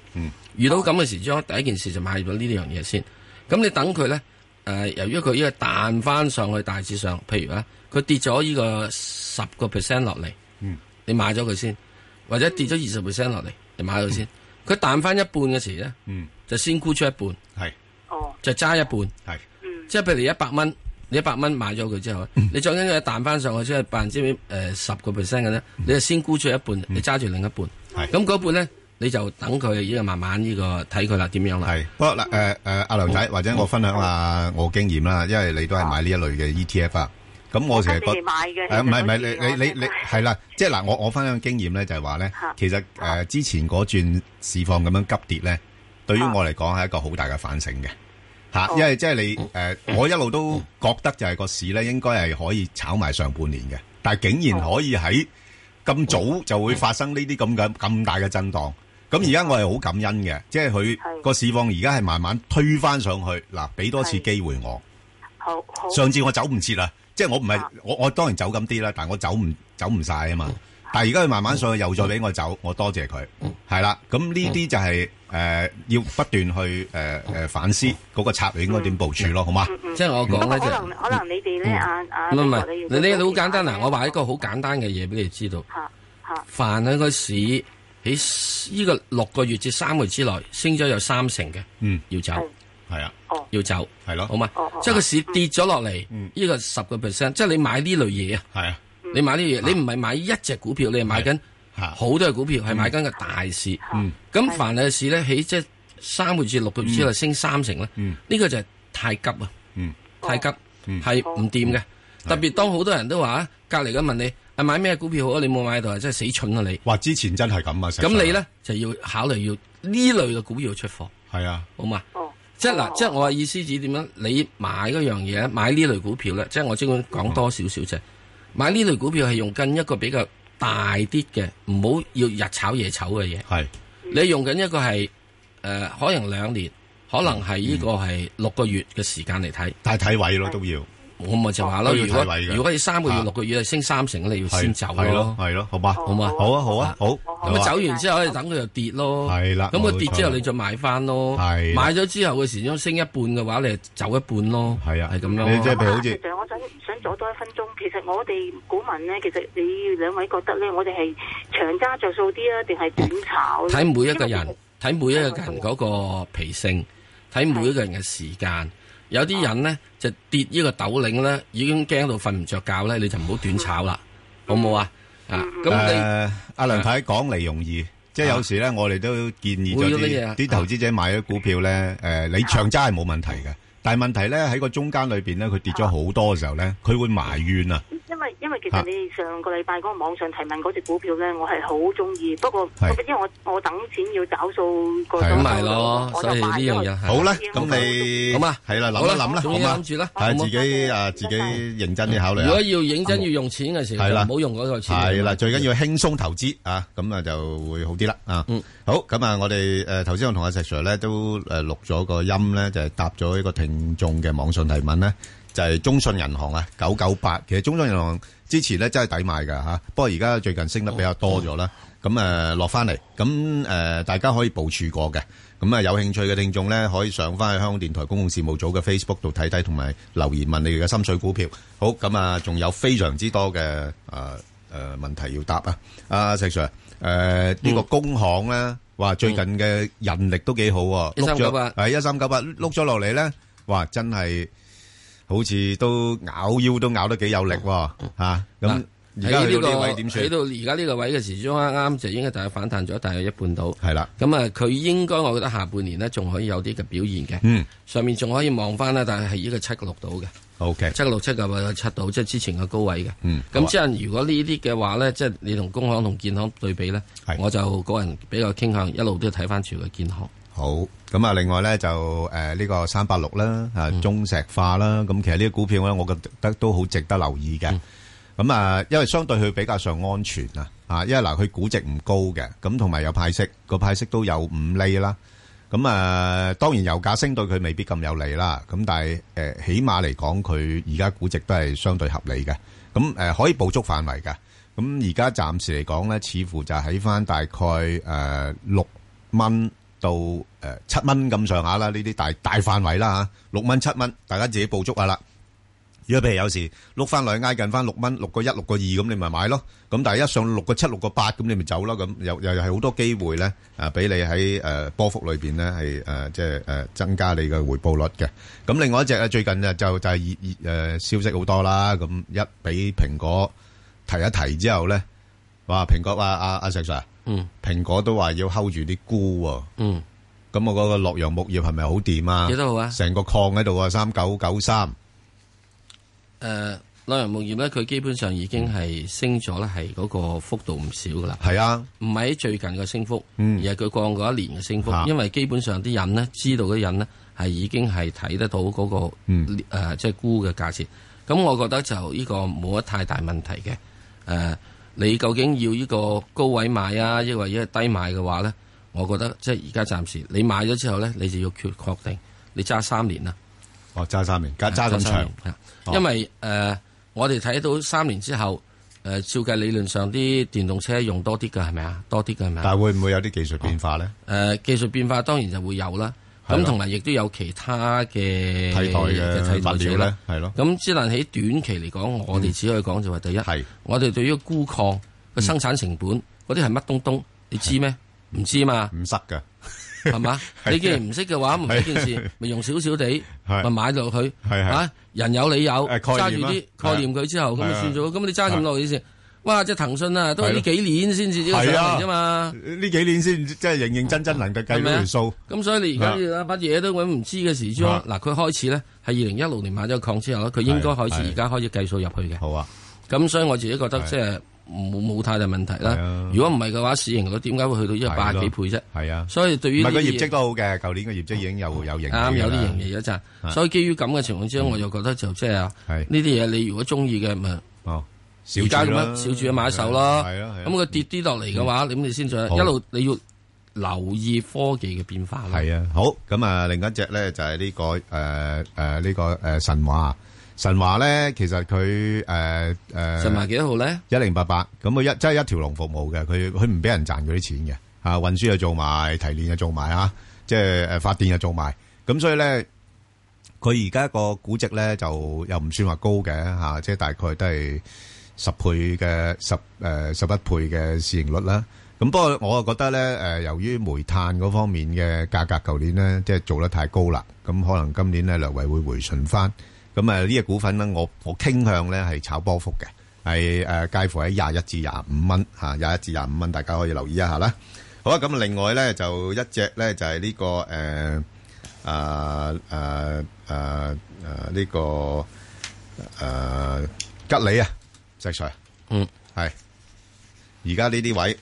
Speaker 2: 遇到咁嘅時將，第一件事就買咗呢樣嘢先。咁你等佢咧，誒，由於佢呢個彈翻上去大致上，譬如咧，佢跌咗呢個十個 percent 落嚟。你買咗佢先，或者跌咗二十 percent 落嚟，你買咗先。佢彈翻一半嘅時咧，
Speaker 1: 嗯，
Speaker 2: 就先沽出一半，
Speaker 1: 係，
Speaker 14: 哦，
Speaker 2: 就揸一半，
Speaker 1: 係，
Speaker 2: 即係譬如你一百蚊，你一百蚊買咗佢之後，你再跟佢彈翻上去，即係百分之誒十個 percent 嘅咧，你就先沽出一半，你揸住另一半，咁嗰半咧你就等佢呢個慢慢呢個睇佢啦，點樣啦？
Speaker 1: 係，不過嗱，誒誒，阿梁仔或者我分享下我經驗啦，因為你都係買呢一類嘅 ETF 啊。咁我成日覺
Speaker 14: 我跟你買嘅
Speaker 1: 誒唔係唔係，
Speaker 14: 其實
Speaker 1: 你你你你係啦，即係嗱，我我分享經驗咧就係話咧，其實誒之前嗰轉市況咁樣急跌咧，對於我嚟講係一個好大嘅反省嘅嚇，因為即係你誒，我一路都覺得就係個市咧應該係可以炒埋上半年嘅，但係竟然可以喺咁早就會發生呢啲咁嘅咁大嘅震盪。咁而家我係好感恩嘅，即係佢個市況而家係慢慢推翻上去，嗱，俾多次機會我。
Speaker 14: 好好
Speaker 1: 上次我走唔切啦，即係我唔
Speaker 2: 啊
Speaker 1: 係我我當然走咁啲啦，但我走唔走唔晒啊
Speaker 2: 嗯
Speaker 1: 嘛。但係而家佢慢慢上去，又再俾我走，我多謝佢，係啦。咁呢
Speaker 2: 嗯
Speaker 1: 啲就係誒要不斷去誒誒反
Speaker 2: 嗯
Speaker 1: 思嗰個策略應該點部署咯，好嘛？
Speaker 2: 即係我講咧就
Speaker 14: 可能。可能你哋咧，阿阿
Speaker 2: 嗯唔係唔
Speaker 14: 呢個
Speaker 2: 係，
Speaker 14: 你
Speaker 2: 你呢個好簡單啊嗱，我話一個好簡單嘅嘢俾你知道。凡喺個市喺呢個六個月至三個月之內升咗有三成嘅，
Speaker 1: 嗯，
Speaker 2: 要走，
Speaker 1: 係啊，
Speaker 2: 要走，
Speaker 1: 係咯，
Speaker 2: 好嘛？即係個市跌咗落嚟，
Speaker 1: 嗯
Speaker 2: 呢個十個 percent，即係你買呢類嘢啊，
Speaker 1: 係啊，
Speaker 2: 你買呢類嘢，你唔係買一隻股票，你係買緊好多嘅股票，
Speaker 1: 嗯
Speaker 2: 係買緊個大市。咁凡係市咧喺即係三個月至六個月之內升三成咧，呢個就係太急啊！
Speaker 1: 嗯，
Speaker 2: 太急係唔掂
Speaker 1: 哦
Speaker 2: 嘅。特別當好多人都話啊，隔離咁問你啊買咩股票好啊，你冇買到啊，真係死蠢啊你！
Speaker 1: 哇，之前真係咁啊，實
Speaker 2: 咁
Speaker 1: 在
Speaker 2: 你咧就要考慮要呢類嘅股票出貨，
Speaker 1: 係啊，
Speaker 2: 好嘛？即係
Speaker 1: 哦
Speaker 2: 嗱，即係我嘅意思指點樣？你買嗰樣嘢，買呢類股票咧，即係我只管講多少少啫。買呢類股票係用緊一個比較大啲嘅，唔好要日炒夜炒嘅嘢。
Speaker 1: 係
Speaker 2: 你用緊一個係誒、呃可能兩年，可能係呢個係六個月嘅時間嚟睇。
Speaker 1: 但係睇位咯都要。
Speaker 2: 我咪就話咯，
Speaker 1: 都要
Speaker 2: 如果
Speaker 1: 睇位嘅
Speaker 2: 如果你三個月
Speaker 1: 啊
Speaker 2: 六個月係升三成，你要先走
Speaker 1: 係咯，係咯，好嘛？
Speaker 2: 好嘛？
Speaker 1: 好啊，好啊，好。
Speaker 2: 咁啊走完之後，可以等佢又跌咯。
Speaker 1: 係啦
Speaker 2: 咁
Speaker 1: 冇
Speaker 2: 佢跌
Speaker 1: 錯
Speaker 2: 之後，你再買翻咯。
Speaker 1: 係啦
Speaker 2: 買咗之後嘅時鐘升一半嘅話，你就走一半咯。
Speaker 1: 係啊，
Speaker 2: 係咁樣
Speaker 1: 你
Speaker 2: 咯。
Speaker 1: 即係譬如好
Speaker 14: 啊其
Speaker 1: 似
Speaker 14: 實我想想阻多一分鐘。其實我哋股民咧，其實你兩位覺得咧，我哋係長揸着數啲啊，定係短炒呢？
Speaker 2: 睇每一個人，睇每一個人嗰個脾性，睇每一個人嘅時間。有啲人咧就跌呢個斗領咧，已經驚到瞓唔着覺咧，你就唔好短炒啦，好冇啊？啊，咁你。
Speaker 1: 誒阿梁太講嚟容易，即係有時咧，我哋都建議
Speaker 2: 會
Speaker 1: 咗
Speaker 2: 咗乜嘢
Speaker 1: 啲
Speaker 2: 啊
Speaker 1: 啲投資者買咗股票咧，誒你長揸係冇問題嘅，但系問題咧喺個中間裏边咧，佢跌咗好多嘅時候咧，佢會埋怨啊。
Speaker 14: 因為因為其
Speaker 1: 啊
Speaker 14: 實你上個禮拜嗰個網上提問嗰只股票咧，我係好中意，不過
Speaker 1: 係
Speaker 14: 因為我我等錢要找數個
Speaker 1: 係啊
Speaker 14: 數，
Speaker 1: 咪
Speaker 2: 咯
Speaker 14: 我就
Speaker 2: 所以呢
Speaker 14: 買咗
Speaker 2: 樣嘢
Speaker 14: 個
Speaker 2: 係
Speaker 1: 好啦，
Speaker 14: 先
Speaker 1: 咁你
Speaker 2: 好嘛
Speaker 1: 係啦，諗
Speaker 2: 好啦
Speaker 1: 一諗啦，
Speaker 2: 總
Speaker 1: 好
Speaker 2: 之
Speaker 1: 嘛，
Speaker 2: 諗住啦
Speaker 1: 係
Speaker 2: 好
Speaker 1: 自
Speaker 2: 冇
Speaker 1: 己啊，自己認真啲考慮
Speaker 2: 如
Speaker 1: 啊
Speaker 2: 果。要認真要用錢嘅時候，
Speaker 1: 係
Speaker 2: 就
Speaker 1: 啦
Speaker 2: 唔好用嗰個錢。
Speaker 1: 係啦，最緊要輕鬆投資啊，咁啊就會好啲啦啊。好，咁啊，我哋诶头先我同阿石 Sir 咧都诶录咗個音咧，就係答咗一個聽眾嘅網上提問咧，就係中信銀行啊九九八。其實中信銀行之前咧真係抵買噶吓，不過而家最近升得比較多咗啦。咁誒落翻嚟，咁誒、呃大家可以部署過嘅，咁啊有興趣嘅聽眾咧，可以上翻去香港電台公共事務組嘅 Facebook 度睇睇，同埋留言問你哋嘅心水股票。好，咁啊仲有非常之多嘅誒誒問題要答啊！阿石 Sir，誒、呢、個工行咧，話最近嘅人力都幾好喎，碌咗
Speaker 2: 1398
Speaker 1: 係一三九八碌咗落嚟咧，哇！真係好似都咬腰都咬得幾有力喎嚇咁而家去到
Speaker 2: 喺呢
Speaker 1: 呢位
Speaker 2: 個
Speaker 1: 點算
Speaker 2: 喺？到而家呢個位嘅時鐘啱啱就應該大概反彈咗大約一半到。
Speaker 1: 係啦，
Speaker 2: 咁啊，佢應該我覺得下半年呢仲可以有啲嘅表現嘅。
Speaker 1: 嗯，
Speaker 2: 上面仲可以望翻啦，但係係呢個七個六到嘅。
Speaker 1: O K，
Speaker 2: 七個六七個六七到，即係之前嘅高位嘅。
Speaker 1: 嗯，
Speaker 2: 咁即係如果呢啲嘅話咧，即係你同工行同建行對比咧，我就個人比較傾向一路都睇翻住個建行。
Speaker 1: 好，咁啊，另外咧就诶呢個三八六啦，啊中石化啦，咁其實呢啲股票咧，我覺得都好值得留意嘅。咁啊，因為相對佢比較上安全啊，啊，因為嗱佢估值唔高嘅，咁同埋有派息，個派息都有五厘啦。咁啊，當然油價升對佢未必咁有利啦。咁但係誒、呃起碼嚟講，佢而家估值都係相對合理嘅。咁誒、呃可以捕捉範圍嘅。咁而家暫時嚟講咧，似乎就喺翻大概誒六蚊到誒七蚊咁上下啦。呢啲大大範圍啦嚇，六蚊七蚊，大家自己捕捉下啦。如果譬如有時碌翻嚟挨近翻六蚊，六個一、六個二咁，你咪買咯。咁但係一上六個七、六個八咁，你咪走咯。咁又又又係好多機會咧，誒俾你喺誒波幅裏邊咧係誒即係誒增加你嘅回報率嘅。咁另外一隻咧最近就就就係熱熱誒消息好多啦。咁一俾蘋果提一提之後咧，哇！蘋果話阿阿石 Sir，
Speaker 2: 嗯，
Speaker 1: 蘋果都話要 hold 住啲菇喎。
Speaker 2: 嗯，
Speaker 1: 咁我嗰個洛陽木業係咪好掂啊？
Speaker 2: 幾多號啊
Speaker 1: 成個礦喺度啊，三九九三。啊
Speaker 2: 誒，洛陽木業咧，佢基本上已經
Speaker 1: 嗯
Speaker 2: 係升咗咧，係嗰個幅度唔少噶啦。
Speaker 1: 係啊，
Speaker 2: 唔係最近嘅升幅，
Speaker 1: 嗯
Speaker 2: 而係佢過往嗰一年嘅升幅
Speaker 1: 嚇，
Speaker 2: 因為基本上啲人呢，知道嘅人呢，係已經係睇得到嗰、個誒、
Speaker 1: 嗯
Speaker 2: 呃即係估嘅價錢。咁我覺得就呢個冇乜太大問題嘅。誒、呃你究竟要呢個高位買啊，抑或者低買嘅話呢？我覺得即係而家暫時你買咗之後呢，你就要決確定你揸三年啦。
Speaker 1: 哦，揸三年，揸揸咁
Speaker 2: 三
Speaker 1: 長
Speaker 2: 年，
Speaker 1: 哦
Speaker 2: 因為誒、呃我哋睇到三年之後，誒、呃照計理論上啲電動車用多啲嘅係咪啊？多啲嘅係咪啊？
Speaker 1: 但係會唔會有啲技術變化咧？
Speaker 2: 誒、呃技術變化當然就會有啦，
Speaker 1: 係
Speaker 2: 咁
Speaker 1: 啦
Speaker 2: 同埋亦都有其他嘅替
Speaker 1: 代嘅物料呢嗯係咯
Speaker 2: 咁只能喺短期嚟講，我哋只可以講就係第一，我哋對於鈷礦
Speaker 1: 嗯
Speaker 2: 嘅生產成本嗰啲係乜東東，你知咩？唔 知嘛？
Speaker 1: 唔塞㗎，？
Speaker 2: 係嘛
Speaker 1: 係
Speaker 2: 你既然唔識嘅話，唔係一件事，咪用少少地，
Speaker 1: 係
Speaker 2: 咪買落去，
Speaker 1: 係係
Speaker 2: 啊！人有你有，
Speaker 1: 誒概
Speaker 2: 揸
Speaker 1: 念
Speaker 2: 住
Speaker 1: 啊
Speaker 2: 啲概念佢之後，咁
Speaker 1: 係
Speaker 2: 咪
Speaker 1: 啊
Speaker 2: 算咗。咁你揸咁耐嘅先，哇！即係騰訊啊，都係呢
Speaker 1: 係咯
Speaker 2: 幾年先至呢個
Speaker 1: 係
Speaker 2: 上
Speaker 1: 啊
Speaker 2: 嚟啫嘛。
Speaker 1: 呢幾年先即係認認真真能夠計到條數。
Speaker 2: 咁所以你而家乜嘢都揾唔知嘅時鐘，
Speaker 1: 啊
Speaker 2: 嗱佢開始咧係二零一六年買咗個礦之後咧，佢應該開始
Speaker 1: 係係
Speaker 2: 而家開始計數入去嘅。
Speaker 1: 好啊，
Speaker 2: 咁所以我自己覺得
Speaker 1: 係
Speaker 2: 即係冇冇太大問題啦
Speaker 1: 係啊。
Speaker 2: 如果唔係嘅話，市盈率點解會去到一百八十幾倍啫？
Speaker 1: 係啊，
Speaker 2: 所以對於
Speaker 1: 唔係個
Speaker 2: 呢啲
Speaker 1: 業績都好嘅，舊年個業績已經有有盈利㗎啦啊
Speaker 2: 啱有啲盈利一賺，所以基於咁嘅情況之下，我又覺得就即係啊，
Speaker 1: 係
Speaker 2: 呢啲嘢你如果中意嘅咪
Speaker 1: 哦，小
Speaker 2: 而家咁
Speaker 1: 注啦
Speaker 2: 樣小注買手咯，
Speaker 1: 係啊係啊嗯
Speaker 2: 咁佢跌啲落嚟嘅話，咁你先再
Speaker 1: 好
Speaker 2: 一路你要留意科技嘅變化咯。
Speaker 1: 係啊，好咁啊，另一隻咧就係呢個誒誒呢個誒神話。神話咧，其實佢呃誒誒
Speaker 2: 神華幾多號咧？
Speaker 1: 一零八八，咁佢一真係一條龍服務嘅，佢佢唔俾人賺嗰啲錢嘅，啊運輸又做埋，提煉又做埋啊，即係誒發電又做埋，咁所以咧佢而家個估值咧就又唔算話高嘅嚇、啊即係大概都係十倍嘅十誒十一倍嘅市盈率啦。咁不過我啊覺得咧誒、呃由於煤炭嗰方面嘅價格，舊年咧即係做得太高啦，咁可能今年咧略為會回順翻。咁啊呢只股份咧，我我傾向咧係炒波幅嘅，係誒、呃介乎喺廿一至廿五蚊嚇，廿、一至廿五蚊，啊大家可以留意一下啦。好啊，咁另外咧就一隻咧就係呢、個誒。誒、啊啊啊啊呢個啊吉利啊，石 Sir，
Speaker 2: 嗯，
Speaker 1: 係而家呢啲位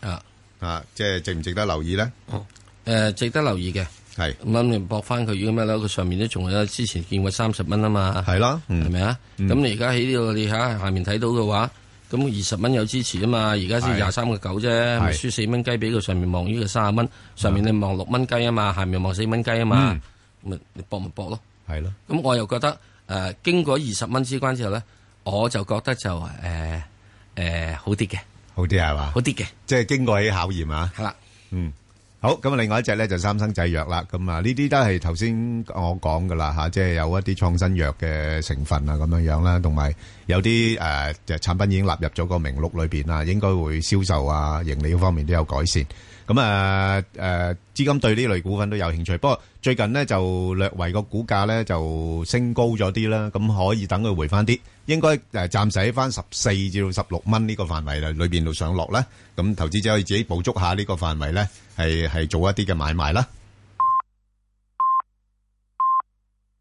Speaker 2: 啊
Speaker 1: 啊，即係值唔值得留意咧？
Speaker 2: 誒，呃值得留意嘅。
Speaker 1: 係
Speaker 2: 咁你搏翻佢如果咩咧？佢上面都仲有之前見過三十蚊啊嘛。
Speaker 1: 係嗯啦，
Speaker 15: 嗯
Speaker 2: 係咪啊？咁你而家喺呢度你喺下面睇到嘅話，咁二十蚊有支持啊嘛。而家先
Speaker 15: 係
Speaker 2: 廿三個九啫，咪
Speaker 15: 係
Speaker 2: 輸四蚊雞俾佢上面望呢個三十蚊，上面你望六蚊雞啊嘛，下面望四蚊雞啊嘛，
Speaker 15: 嗯
Speaker 2: 咁咪你搏咪搏咯。
Speaker 1: 係咯。
Speaker 2: 咁我又覺得誒、呃、經過二十蚊之關之後咧，我就覺得就誒誒、呃呃好啲嘅。
Speaker 1: 好啲啊係嘛？
Speaker 2: 好啲嘅，
Speaker 1: 即係經過起考驗啊。
Speaker 2: 係啦，
Speaker 1: 嗯，好。咁另外一隻咧就三生製藥啦。咁啊，呢啲都係頭先我講噶啦吓，即係有一啲創新藥嘅成分啊，咁樣樣啦，同埋有啲誒就產品已經納入咗個名錄裏邊啦，應該會銷售啊、盈利方面都有改善。咁啊誒，資金對呢類股份都有興趣。不過最近呢，就略為個股價咧就升高咗啲啦，咁可以等佢回翻啲，應該誒暫時喺翻十四至到十六蚊呢個範圍啦，裏邊度上落啦。咁投資者可以自己捕捉下呢個範圍咧，係係做一啲嘅買賣啦。